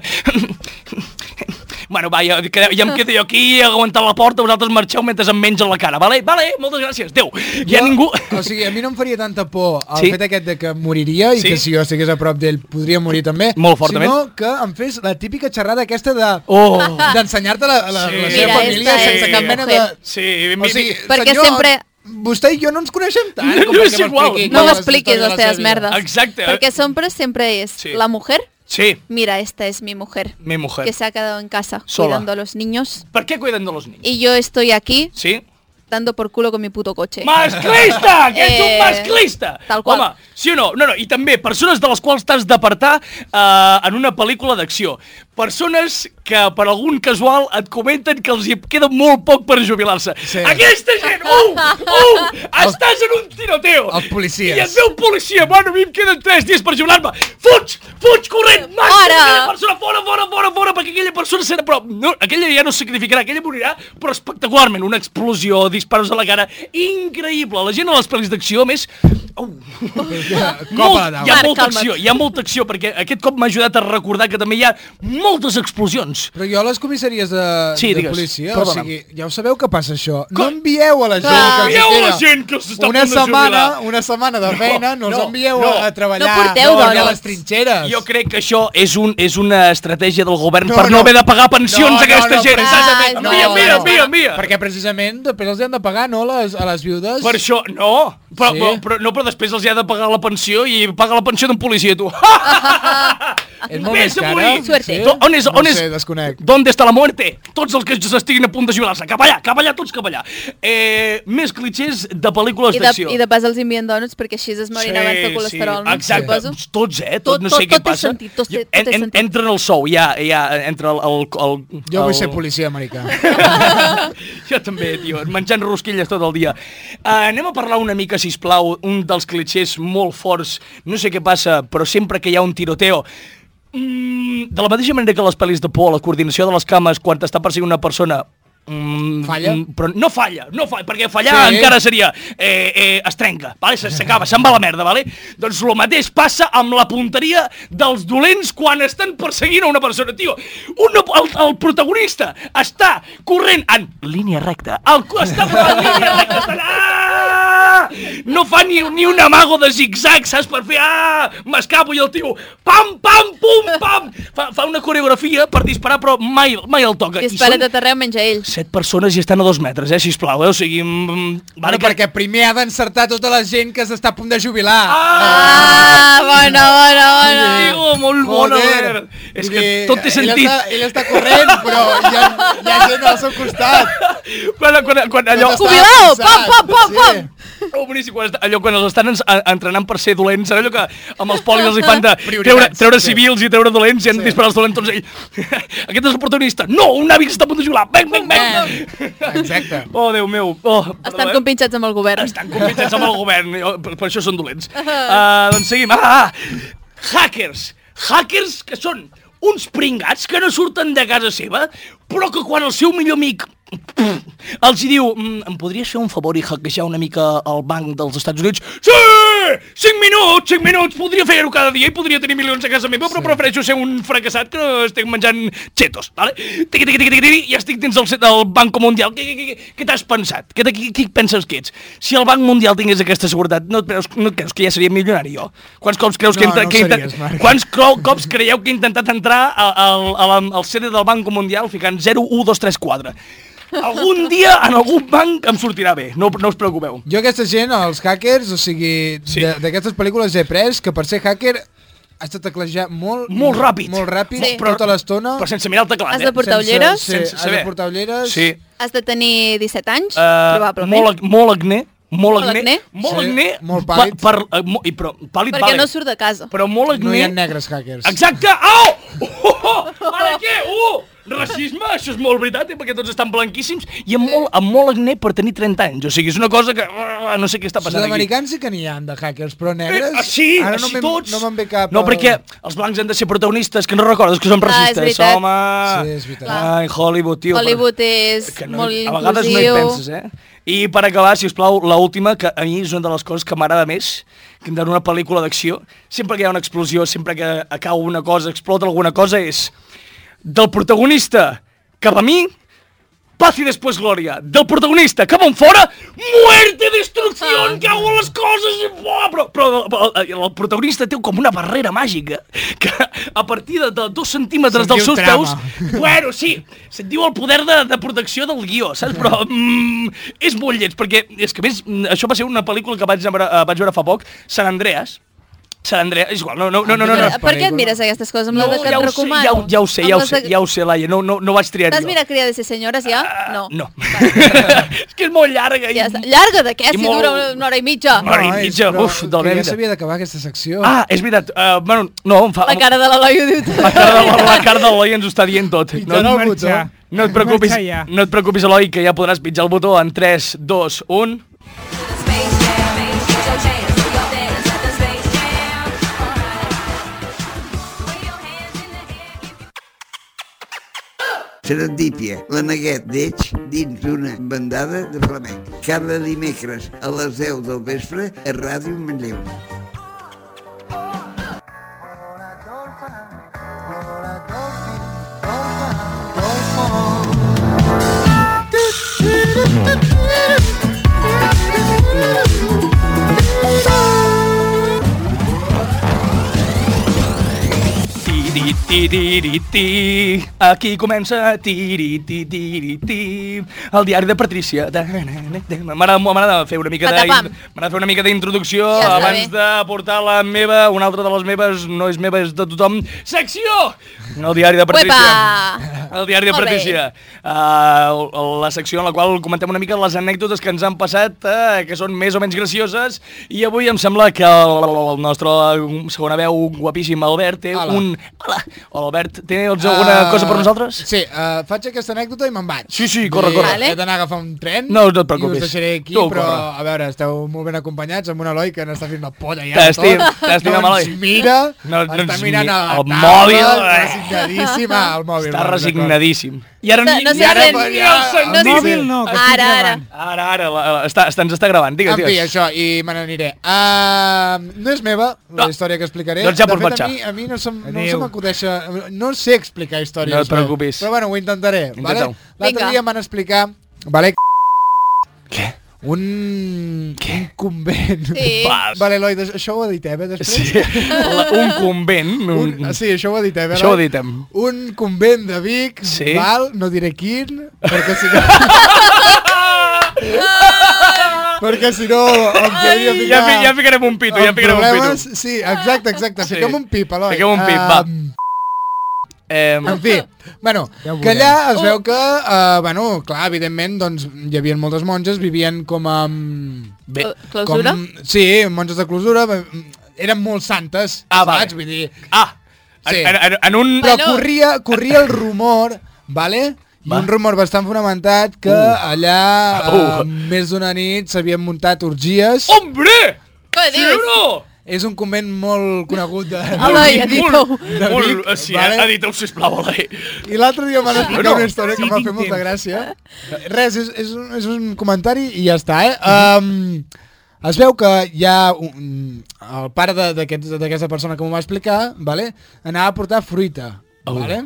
Bueno, va, ja, que- ja em quedo jo aquí aguantant la porta, vosaltres marxeu mentre em mengen la cara, vale? Vale, moltes gràcies, adeu. Ja Jo- ningú... O sigui, a mi no em faria tanta por el Sí? sí? fet aquest de que moriria Sí? i sí? que si jo estigués a prop d'ell podria morir també. Molt fortament. Sinó que em fes la típica xerrada aquesta de... Oh. D'ensenyar-te la, la, Sí. la Mira, seva esta família es sense cap la mena de... mujer. Sí, O sigui, Perquè senyor, sempre- Vostè i jo no ens coneixem tant. No, com no perquè és igual. m'expliqui No les m'expliquis històries de les la teves seva vida. merdes. Exacte. Porque siempre, siempre es Sí. la mujer. Sí, Mira, esta es mi mujer. mi mujer. Que se ha quedado en casa Sola. cuidando a los niños. Per què cuiden de los niños? Y yo estoy aquí Sí? dando por culo con mi puto coche. Masclista! Que ets un Eh, masclista! tal qual. Home, sí o no? No, no, i també persones de les quals t'has d'apartar eh, en una pel·lícula d'acció. Persones que per algun casual et comenten que els hi queda molt poc per jubilar-se. Sí. Aquesta gent! Uh! Uh! Estàs en un tiroteo! els policies. I et veu un policia! Bueno, a mi em queden 3 dies per jubilar-me! Fuig! Fuig corrent! Mas, Fora! aquella persona fora, fora, fora, fora, perquè aquella persona serà... Però no, aquella ja no es sacrificarà, aquella morirà, però espectacularment. Una explosió, disparos a la cara... Increïble! La gent a les pel·lis d'acció, a més... Au! Ja, cop a la Molt, hi ha taula. Marc, molta calma't. acció, hi ha molta acció, perquè aquest cop m'ha ajudat a recordar que també hi ha moltes explosions. Però jo a les comissaries de, Sí, sí, de digues. policia, o Perdona'm. sigui, ja ho sabeu que passa això. No envieu a la gent Clar. que els hi Envieu a la queda. gent que s'està a una punt de setmana, jubilar. una setmana de feina, no, no, no, els envieu no. a, a treballar, No porteu no, ni a dones. les trinxeres. Jo crec que això és, un, és una estratègia del govern No, per no, no. haver de pagar pensions No, a aquesta no, no, gent. Ah, però- Exactament. Ai, no, envia, no, envia, no. envia, envia. Perquè precisament després els han de pagar, no, les, a les viudes? Per això, no. Però, Sí. però, però, no, però després els hi ha de pagar la pensió i paga la pensió d'un policia, tu. És molt més Vés a cara. morir. Suerte. Do- On és, on no és, sé, desconec. D'on està la muerte? Tots els que estiguin a punt de jubilar-se. Cap allà, cap allà, tots cap allà. Eh, més clichés de pel·lícules I de, d'acció. I de pas els envien dònuts perquè així es morin abans de colesterol, no? Exacte, Suposo. tots, eh? Tot, Tot- no sé tot- què tot té passa. sentit, tot té- Jo- tot té en, en, sentit. entra en el sou, ja, ja entra el... el, el, el Jo vull ser policia americà. jo també, tio, menjant rosquilles tot el dia. Uh, anem a parlar una mica, si plau, un dels clichés molt forts. No sé què passa, però sempre que hi ha un tiroteo, Mm, de la mateixa manera que les pel·lis de por, la coordinació de les cames quan t'està perseguint una persona mm, Falla? mm, però no falla, no falla, perquè fallar sí. Sí. encara seria eh, eh, es trenca, vale? Se- s'acaba, se'n va a la merda, vale? doncs el mateix passa amb la punteria dels dolents quan estan perseguint a una persona, tio. Una, el, el protagonista està corrent en línia recta, el, cu- està corrent en línia recta, està allà, Ah! No fa ni, ni un amago de zig-zag, saps? Per fer, ah, m'escapo, i el tio, pam, pam, pum, pam! Fa, fa una coreografia per disparar, però mai, mai el toca. I Dispara't són- a terreu menys a ells. set persones i estan a dos metres, eh, sisplau, eh? O sigui... Mm, Bueno, perquè primer ha d'encertar tota la gent que s'està a punt de jubilar. Ah, bona, bona, bona. Digo, molt bona, Albert. És Vull que dir, tot té sentit. Ell està, ell està corrent, però hi ha, hi ha gent al seu costat. quan, quan, quan, allò, Tot està Jubileu, pam, pam, pam, pam. Sí. oh, boníssim, quan, està- allò quan els estan ens- a- entrenant per ser dolents, allò que amb els polis els hi fan de treure, Prioritats, treure sí. civils i treure dolents i han sí. disparat els dolents tots ell. Aquest és el protagonista. No, un avi que s'està a punt de jubilar. Bang, bang, bang. Exacte. Oh, Déu meu. Oh, perdó, Estan eh? compinxats amb el govern. Estan convidats amb el govern, jo- per, per això són dolents. Uh, doncs seguim. Ah, ah. Hackers. Hackers que són uns pringats que no surten de casa seva, però que quan el seu millor amic els hi diu "Mm, em podries fer un favor i hackejar una mica el banc dels Estats Units? Sí! 5 minuts, 5 minuts, podria fer-ho cada dia i podria tenir milions a casa meva, però prefereixo ser un fracassat que no estic menjant chetos, vale? Tiqui, tiqui, tiqui, tiqui, i estic dins del, set- del Banco Mundial. Què, què, què, què t'has pensat? Què, qui, qui penses que ets? Si el Banc Mundial tingués aquesta seguretat, no et, creus, no et creus que ja seria milionari jo? Quants cops creus que... No, he no que he series, Marc. quants cro- cops creieu que he intentat entrar a, a, a la, al CD del Banco Mundial ficant 0, 1, 2, 3, 4? Algun dia en algun banc em sortirà bé, no, no us preocupeu. Jo aquesta gent, els hackers, o sigui, Sí. sí. d'aquestes pel·lícules he pres que per ser hacker has de teclejar molt... Molt ràpid. Mm. Molt ràpid, Sí. sí. tota l'estona. Però sense mirar el teclat, Has de portar sense- ulleres? Sí, Sense has saber. de portar ulleres. Sí. Has de tenir 17 anys, Eh, probablement. molt, ac- molt acné, molt Molt acné, acné? molt Sí, acné, molt pa- pàl·lid. Per, eh, mo, i, però pàl·lid, Perquè vale. no surt de casa. Però molt acné... No hi ha negres hackers. oh, Exacte! Au! Oh! Ara què? Uh! Racisme? Això és molt veritat, eh? perquè tots estan blanquíssims i amb molt, amb molt acné per tenir 30 anys. O sigui, és una cosa que... ah, No sé què està passant aquí. Sudamericans sí que n'hi ha de hackers, però Eh, negres... ah, sí, ara així no me'n- tots. No me'n ve cap... No, al- perquè els blancs han de ser protagonistes, que no recordes que som Clar, és racistes, veritat. home. Sí, és veritat. Ai, Hollywood, tio. però- Hollywood és que no, molt a vegades inclusiu. no hi penses, eh? I per acabar, si us plau, la última que a mi és una de les coses que m'agrada més, que en una pel·lícula d'acció, sempre que hi ha una explosió, sempre que acau una cosa, explota alguna cosa, és del protagonista cap a mi, paz i després glòria. Del protagonista cap on fora, muerte, destrucció, ah. cauen les coses, i buah, però, però el, el, el protagonista té com una barrera màgica que a partir de, de dos centímetres Se'n dels diu seus trama. peus Bueno, sí, se'n diu el poder de, de protecció del guió, saps? Però mm, és molt lleig, perquè és que a més, mm, això va ser una pel·lícula que vaig veure, eh, vaig veure fa poc, Sant Andreas. Sant Andreas, és igual, no, no, no, no, no. no. Per, per què et mires aquestes coses? Amb la de que ja, et ho sé, recomano? ja, ho- ja ho sé, ja Amb ho les sé, de- ja ho sé, Laia, no, no, no vaig triar T'has jo. Eh, mirat criades i senyores ja? No. Ah, No. és que és molt llarga. i- Ja està. Llarga de què? I Si molt- dura una hora i mitja. Una hora i és- mitja, però uf, del que venda. Ja s'havia d'acabar aquesta secció. Ah, és veritat. Uh, bueno, no, em fa... La cara de l'Eloi ho diu tot. La cara de la cara de l'Eloi ens ho està dient tot. I tant el botó. marxar. No et preocupis, Marxa ja. no et preocupis, Eloi, que ja podràs pitjar el botó en 3, 2, 1... Serendípia, la neguet d'Eix dins d'una bandada de flamenc. Cada dimecres a les 10 del vespre a Ràdio Manlleu. Tiri, tiri, tiri, ti. Aquí comença tiri, tiri, tiri, ti. el diari de Patrícia. Ta- na- na- na- ta- M'agrada molt- m'agrada fer una mica de Patapam. m'agrada fer una mica d'introducció Ja està abans bé. de portar la meva, una altra de les meves, no és meva, és de tothom, secció! El diari de Patrícia. Uepa! El diari de Molt bé. Patrícia. Uh, la secció en la qual comentem una mica les anècdotes que ens han passat, uh, que són més o menys gracioses, i avui em sembla que el, el nostre um, segona veu guapíssim Albert té Hola. un... Hola! Hola, Albert, tens alguna Eh, cosa per nosaltres? Sí, uh, faig aquesta anècdota i me'n vaig. Sí, sí, corre, corre. Vale. He d'anar a agafar un tren. No, no et preocupis. I us deixaré aquí, Tu, però corre. a veure, esteu molt ben acompanyats amb un Eloi que n'està fent la polla ja. T'estim- de tot. t'estimem, no Eloi. ens mira, No- no està ens mirant mi- a la el taula, mòbil, eh. Resignadíssim al mòbil. Està no, resignadés. I ara No, ni, no i sé ara, res. ni ja, el el No, sentim. no, Mòbil no, que estic Ara, ara. gravant. Ara, ara, la, la, està, està, ens està gravant, digues, En fi, digues. això, i me n'aniré. Uh, no és meva, la No. història que explicaré. Doncs ja de pots fet, marxar. a mi, a mi no, som, no Adéu. se m'acudeixa... No sé explicar històries. No et bé. preocupis. Però bueno, ho intentaré. Vale? Intenta-ho. L'altre Vinga. dia em van explicar... Vale, Què? un... Què? Un convent. Sí. Vas. Vale, Eloi, des- això ho editem, eh, Sí, després? la, un convent... Un, sí, això ho editem, eh, Això ho Eloi? editem. Un convent de Vic, Sí. val? No diré quin, perquè si no... perquè si no... em podria Ja, ficar- fi- ja ficarem un pito, ja amb ficarem un pito. problemes, Sí, exacte, exacte. Sí. Fiquem un pip, Eloi. Fiquem un pip, va. Em, Eh, En fi, bueno, ja que veurem. allà es veu Oh. que, uh, bueno, clar, evidentment, doncs, hi havia moltes monges, vivien com a... mm, bé. Clausura? Com, mm, sí, monges de clausura, mm, eren molt santes, Ah, vale. saps? Vull dir, Ah, en, Sí. en, en, en un... però Bueno. corria, corria el rumor, vale? I Va. un rumor bastant fonamentat que Uh. allà, Uh. Oh. uh, més d'una nit, s'havien muntat orgies. Hombre! Què Sí o dius? no? És un convent molt conegut de... Eloi, edita-ho. De Molt, Vic, eh, sí, vale? vale. edita-ho, sisplau, Eloi. I l'altre dia em van explicar Bueno. una història que Sí, em va tinc fer molta temps. gràcia. Res, és, és, un, és un comentari i ja està, eh? Um, es veu que hi ha un, el pare de- d'aquest- d'aquesta persona que m'ho va explicar, vale? anava a portar fruita. Vale?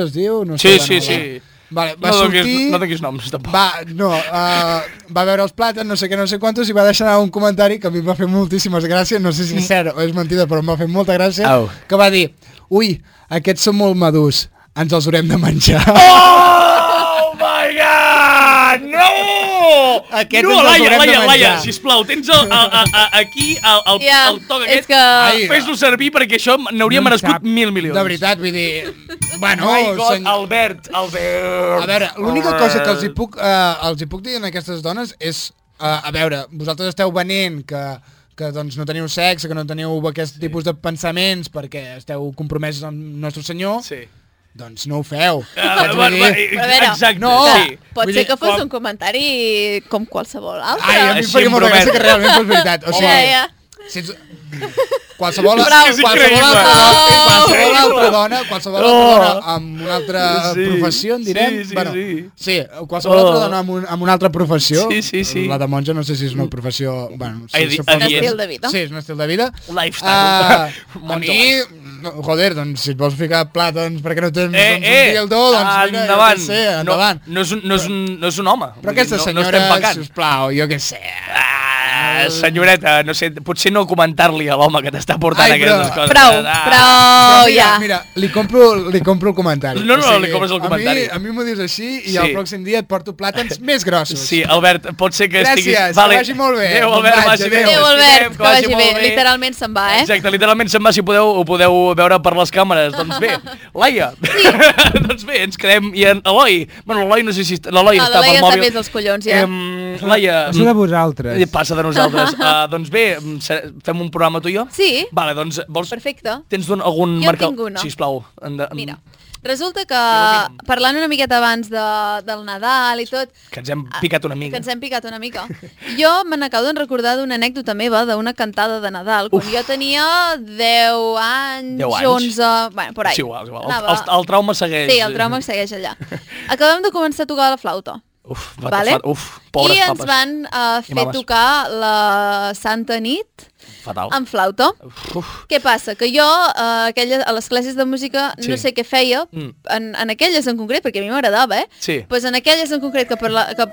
es diu... No Sí, sé, sí, bueno, eh, sí. Vale, va No sortir... donis, no donis noms, tampoc. Va, no, uh, va veure els plàtans, no sé què, no sé quantos, i va deixar anar un comentari que a mi em va fer moltíssimes gràcies, no sé si és cert o és mentida, però em va fer molta gràcia, Au. que va dir, ui, aquests són molt madurs, ens els haurem de menjar. Oh my god! No! Aquest no, ens el Laia, haurem Laia, de menjar. Laia, sisplau, tens el, el, el, el, aquí el, el, Ja, el toc és aquest. que- Ai, Fes-ho servir perquè això n'hauria No en merescut sap. mil milions. De veritat, vull dir... Bueno, Oh, my god, sen- Albert, Albert. A veure, l'única cosa que els hi puc, eh, els hi puc dir a aquestes dones és, eh, a veure, vosaltres esteu venent que que doncs, no teniu sexe, que no teniu aquest sí. tipus de pensaments perquè esteu compromesos amb nostre senyor, sí. Sí. doncs no ho feu. Ah, Saps? va, Vull va, dir, A veure, exacte. no. Sí. Pot Vull ser dir, que fos quan- un comentari com qualsevol altre. Ai, a mi em Així faria em molta gràcia prometo. que realment fos veritat. O sigui, ja, ja. Si ets... Qualsevol, És que és qualsevol, increïble. altra, Oh! qualsevol altra Increïble. dona, qualsevol altra Oh! dona amb una altra Sí, professió, en direm. sí, sí, bueno, sí. sí, qualsevol Oh. altra dona amb, un, amb una altra professió. Sí, sí, sí. La de monja no sé si és una professió... Bueno, sí, Ai, di- suposo ai, que és- Estil de vida. Sí, és un estil de vida. Lifestyle. Uh, a Monja mi, no, joder, doncs si et vols ficar plat, doncs per què no tens Eh, doncs, eh, un dildo? Doncs mira, jo endavant. què sé, endavant. No, no, és un, no, és un, no és un home. Però Vull dir, aquesta no, senyora, No estem pecant. sisplau, jo què sé. Ah, senyoreta, no sé, potser no comentar-li a l'home que t'està portant Ai, però- aquestes coses. Prou, Ah. Però prou, mira, ja. Mira, li compro, li compro el comentari. No, no, li compres el comentari. A mi, a mi m'ho dius així i Sí. sí. el pròxim dia et porto plàtans més grossos. Sí, Albert, pot ser que Gràcies, estiguis... que vagi molt bé. Adéu, Me'n Albert, vaig, vagi bé. adéu. Adéu, Ens Albert, veiem, que vagi bé. Literalment se'n va, eh? Exacte, literalment se'n va si podeu, ho podeu veure per les càmeres. Doncs bé, Laia, doncs bé, ens quedem i en Eloi. Bueno, l'Eloi no sé si... Està, l'Eloi Ah, està l'Eloi pel està mòbil. més als collons, ja. Em, Laia... Això de vosaltres. eh, Passa de nosaltres. Uh, doncs bé, em, se- fem un programa tu i jo? Sí. Vale, doncs vols... Perfecte. Tens d'un, algun Jo en marca... tinc una. Sisplau. En de, en... Mira, resulta que, parlant una miqueta abans de, del Nadal i tot... Que ens hem ah, picat una mica. Que ens hem picat una mica. Jo me n'acabo de recordar d'una anècdota meva d'una cantada de Nadal, quan jo tenia 10 anys, 10 anys. 11... Bueno, por ahí. Sí, igual, és igual. El, Anava- el, el trauma segueix. Sí, el trauma segueix allà. Acabem de començar a tocar la flauta. Uf, va, Vale? fa, uf, pobres I ens papes. van uh, I fer mames. tocar la Santa Nit Fatal. amb flauta. Uf, Què passa? Que jo eh, aquella, a les classes de música no Sí. Mm. sé què feia, en, en aquelles en concret, perquè a mi m'agradava, eh? Sí. Pues en aquelles en concret que parla... Que...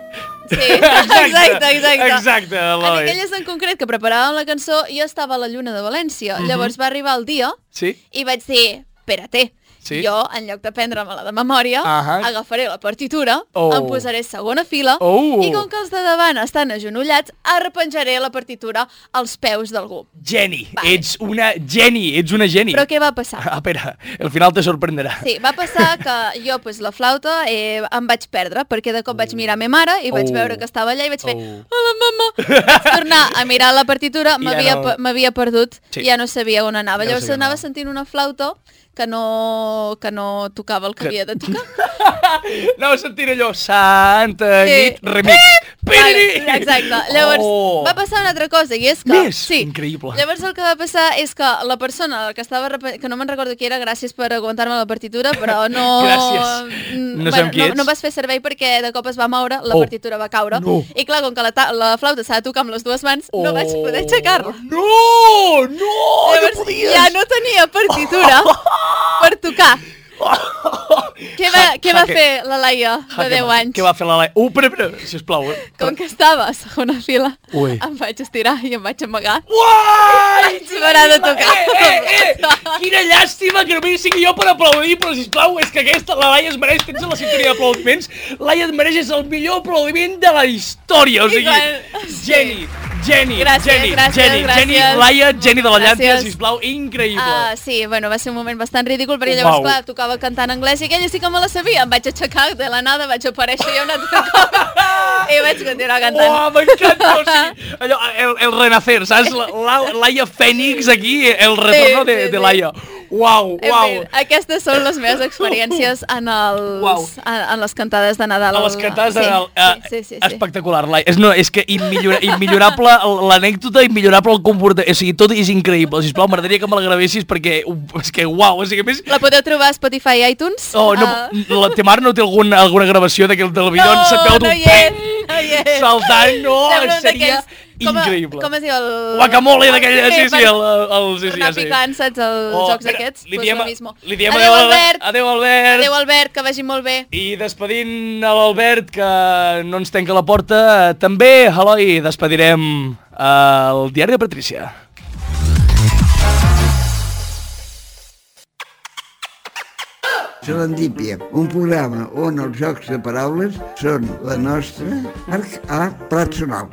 Sí, exacte, exacte. Exacte, Eloi. En aquelles en concret que preparàvem la cançó, jo estava a la Lluna de València. Mhm. Mm -hmm. Llavors va arribar el dia Sí? i vaig dir, espérate, Sí. jo, en lloc de prendre-me-la de memòria, Ahà. agafaré la partitura, Oh. em posaré segona fila, Oh. i com que els de davant estan agenollats, arrepenjaré la partitura als peus d'algú. Geni. Vale. Ets una geni. Ets una geni. Però què va passar? Ah, espera, el final te sorprenderà. Sí, va passar que jo, pues, la flauta, eh, em vaig perdre, perquè de cop vaig mirar a ma mare i vaig Oh. veure que estava allà i vaig fer, Oh. hola, mama! Vaig tornar a mirar la I partitura, ja m'havia no- pe- m'havia perdut, Sí. sí. ja no sabia on anava. Ja no Ja Llavors sabia on anava anava. sentint una flauta que no, que no tocava el que havia de tocar. Anava sentint allò, Santa Sí. Nit Remix. Piriri! Eh, Vale, exacte. Llavors, oh. va passar una altra cosa, i és que... Més? Increïble. Llavors el que va passar és que la persona que estava... repe- que no me'n recordo qui era, gràcies per aguantar-me la partitura, però no... Gràcies. Mm, No sabem qui ets. no, no vas fer servei perquè de cop es va moure, la Oh. oh. partitura va caure, No. i clar, com que la, ta- la flauta s'ha de tocar amb les dues mans, oh. no vaig poder aixecar-la. No! No! Llavors, no podies! ja no tenia partitura per tocar. Què va, què va Jaque- fer la Laia de 10 anys? Què va fer la Laia? Uh, però, però, sisplau. eh? Com que estava a segona fila, Ui. em vaig estirar i em vaig amagar. Uai! Vaig parar de tocar. Eh, eh, eh! Quina llàstima que només sigui jo per aplaudir, però sisplau, és que aquesta, la Laia es mereix, tens la sintonia d'aplaudiments, Laia et mereix és el millor aplaudiment de la història, o sigui, Igual, geni, geni, Gràcies, geni, gràcies, geni, geni, gràcies. Laia, geni de la llàntia, Gràcies. sisplau, increïble. Ah, sí, bueno, va ser un moment bastant ridícul, perquè llavors, Uau. clar, tocava cantar en anglès i aquella sí que me la sabia. Em vaig aixecar de la nada, vaig aparèixer jo un altre cop i vaig continuar cantant. Uah, m'encanta, o sigui, allò, el, el renacer, saps? La, la, Laia Fènix aquí, el retorno de, sí, de sí. Laia. Uau, En uau. fi, aquestes són les meves experiències en, els, Uau. en, en les cantades de Nadal. a les cantades de Sí, Nadal. Ah, Sí, sí, sí, sí. Espectacular, Lai. És, no, és que immillora, immillorable l'anècdota, immillorable el comportament. O sigui, tot és increïble. Sisplau, m'agradaria que me la gravessis perquè uh, és que uau. O sigui, a més... La podeu trobar a Spotify i iTunes. Oh, no, Ah. la teva mare no té algun, alguna gravació d'aquell televidó no, se't veu no doncs, d'un hi és, pet no hi és. saltant, no, Sembla un seria d'aquells- com a- increïble. Com es diu? El... Guacamole d'aquella, el- sí, sí, el, el, sí, sí, Tornar ja sé. picant, saps, els Oh, jocs mira, aquests? Li Pues diem, lo mismo. li diem adeu, adeu, Albert. Adeu, Albert. Adeu, Albert, que vagi molt bé. I despedint a l'Albert, que no ens tanca la porta, també, Eloi, despedirem eh, el diari de Patrícia. Serendípia, un programa on els jocs de paraules són la nostra arc a plat sonal.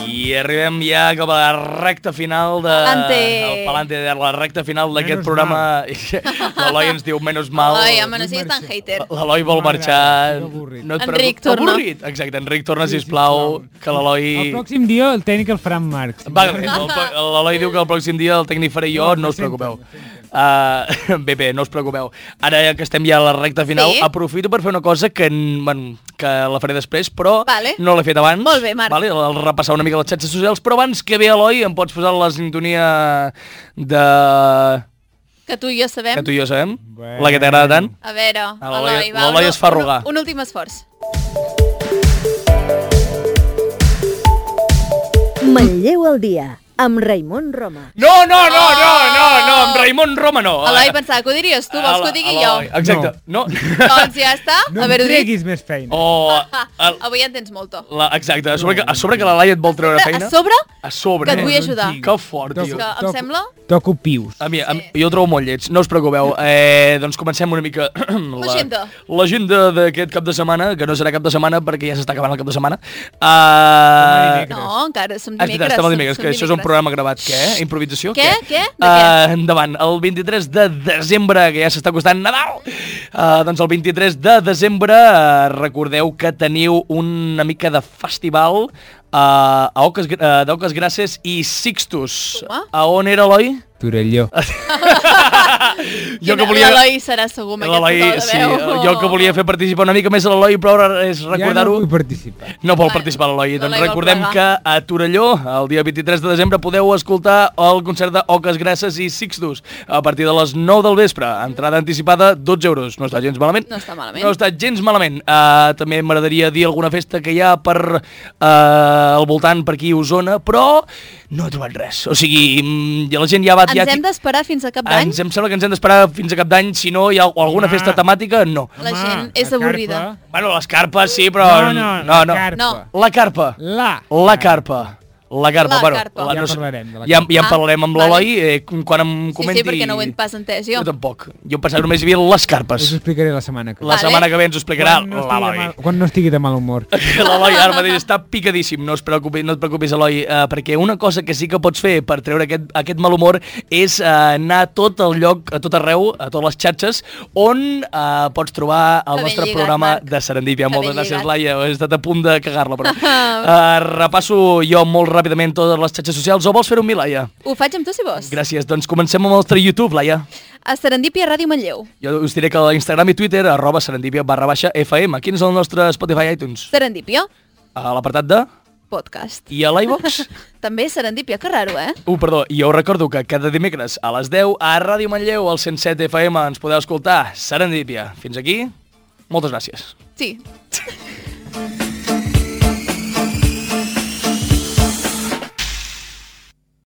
I arribem ja cap a la recta final de... Palante. El palante de la recta final d'aquest Menos programa. L'Eloi ens diu, menys mal. Ai, home, no siguis tan hater. L'Eloi vol No marxar. m'agrada, estic avorrit. et Enric, preocupis. torna. Avorrit, exacte. Enric, torna, sisplau, que l'Eloi... El pròxim dia el tècnic el faran Marc. Va, el pro- L'Eloi diu que el pròxim dia el tècnic faré jo, no us preocupeu. Uh, bé, bé, no us preocupeu. Ara que estem ja a la recta final, Sí. aprofito per fer una cosa que, n- bueno, que la faré després, però Vale. no l'he fet abans. Molt bé, Marc. Vale, el repassar una mica les xarxes socials, però abans que ve Eloi em pots posar la sintonia de... Que tu i jo sabem. que tu i jo sabem, Bueno. la que t'agrada tant. A veure, Ah, l'Eloi- Eloi, va. l'Eloi un- es fa rogar. Un, un últim esforç. Manlleu al dia, amb Raimon Roma. No, no, no, no, no, no, amb Raimon Roma no. Ah. Eloi, pensava que ho diries tu, vols que ho digui jo? Eloi, Exacte. No. Doncs ja està, No em haver-ho dit. treguis més feina. O... el- Ah, Avui en tens molta. La, exacte, a sobre, que, a sobre que la Laia et vol treure feina. A sobre, A sobre. que et vull eh? ajudar. Que fort, És tio. que em Toco. sembla... Toco pius. A mi, a, mi- jo ho trobo molt lleig, no us preocupeu. Eh, doncs comencem una mica... la- L'agenda. L'agenda d'aquest cap de setmana, que no serà cap de setmana perquè ja s'està acabant el cap de setmana. Uh, dimecres. No, encara, som és veritat, dimecres. estem som- al dimecres, som que això és un dimecres. programa gravat. Què? Improvisació? Què? Què? De Eh, endavant, el 23 de desembre, que ja s'està costant Nadal, uh, doncs el 23 de desembre uh, recordeu que teniu una mica de festival uh, a Oques, uh, d'Oques Grasses i Sixtus. Toma. A on era l'Oi? Torelló. Jo Quina- que volia... L'Eloi serà segur amb L'Eloi, aquest sí, to de veu. jo que volia fer participar una mica més a l'Eloi, però ara és Ja recordar-ho. no vull participar. No vol Vale. participar l'Eloi. Doncs L'Eloi vol recordem que plegar. a Torelló, el dia 23 de desembre, podeu escoltar el concert de Oques Grasses i Sixtus a partir de les 9 del vespre. Entrada anticipada, 12 euros. No està gens malament. No està malament. No està gens malament. Uh, també m'agradaria dir alguna festa que hi ha per uh, al voltant, per aquí a Osona, però no he trobat res. O sigui, mm, la gent ja va... ja... Ens hem d'esperar fins a cap d'any? Ens em sembla que ens hem d'esperar fins a cap d'any, si no hi ha alguna Ah. festa temàtica, no. La gent és la avorrida. carpa. Bueno, les carpes sí, però... No, no, no, Oh, la carpa. No. La carpa. La. La carpa. La carpa, La bueno, carpa. La, Ja sé- parlarem de la ja, carpa. ja en parlarem amb Ah, l'Eloi eh, quan em Sí, comenti... sí, perquè no ho he pas entès jo. Jo tampoc. Jo em pensava que només hi havia les carpes. Us ho explicaré la setmana que ve. La Vale. setmana que ve ens ho explicarà Quan no estigui de l'Eloi. mal- Quan no estigui de mal humor. L'Eloi ara mateix està picadíssim, no, es preocupi, no et preocupis, Eloi, eh, perquè una cosa que sí que pots fer per treure aquest, aquest mal humor és eh, anar a tot el lloc, a tot arreu, a totes les xarxes, on eh, pots trobar el Que ben nostre lligat, programa Marc. de Serendipia. Que Moltes ben gràcies, lligat. Laia, he estat a punt de cagar-la, però... eh, repasso jo molt ràpidament totes les xarxes socials, o vols fer-ho amb mi, Laia? Ho faig amb tu, si vols. Gràcies, doncs comencem amb el nostre YouTube, Laia. A Serendipia Ràdio Manlleu. Jo us diré que a Instagram i Twitter, arroba serendipia barra baixa FM. Quin és el nostre Spotify i iTunes? Serendipia A l'apartat de... Podcast. I a l'iVox? També Serendipia, que raro, eh? Uh, perdó, i jo us recordo que cada dimecres a les 10 a Ràdio Manlleu, al 107 FM, ens podeu escoltar Serendipia. Fins aquí, moltes gràcies. Sí.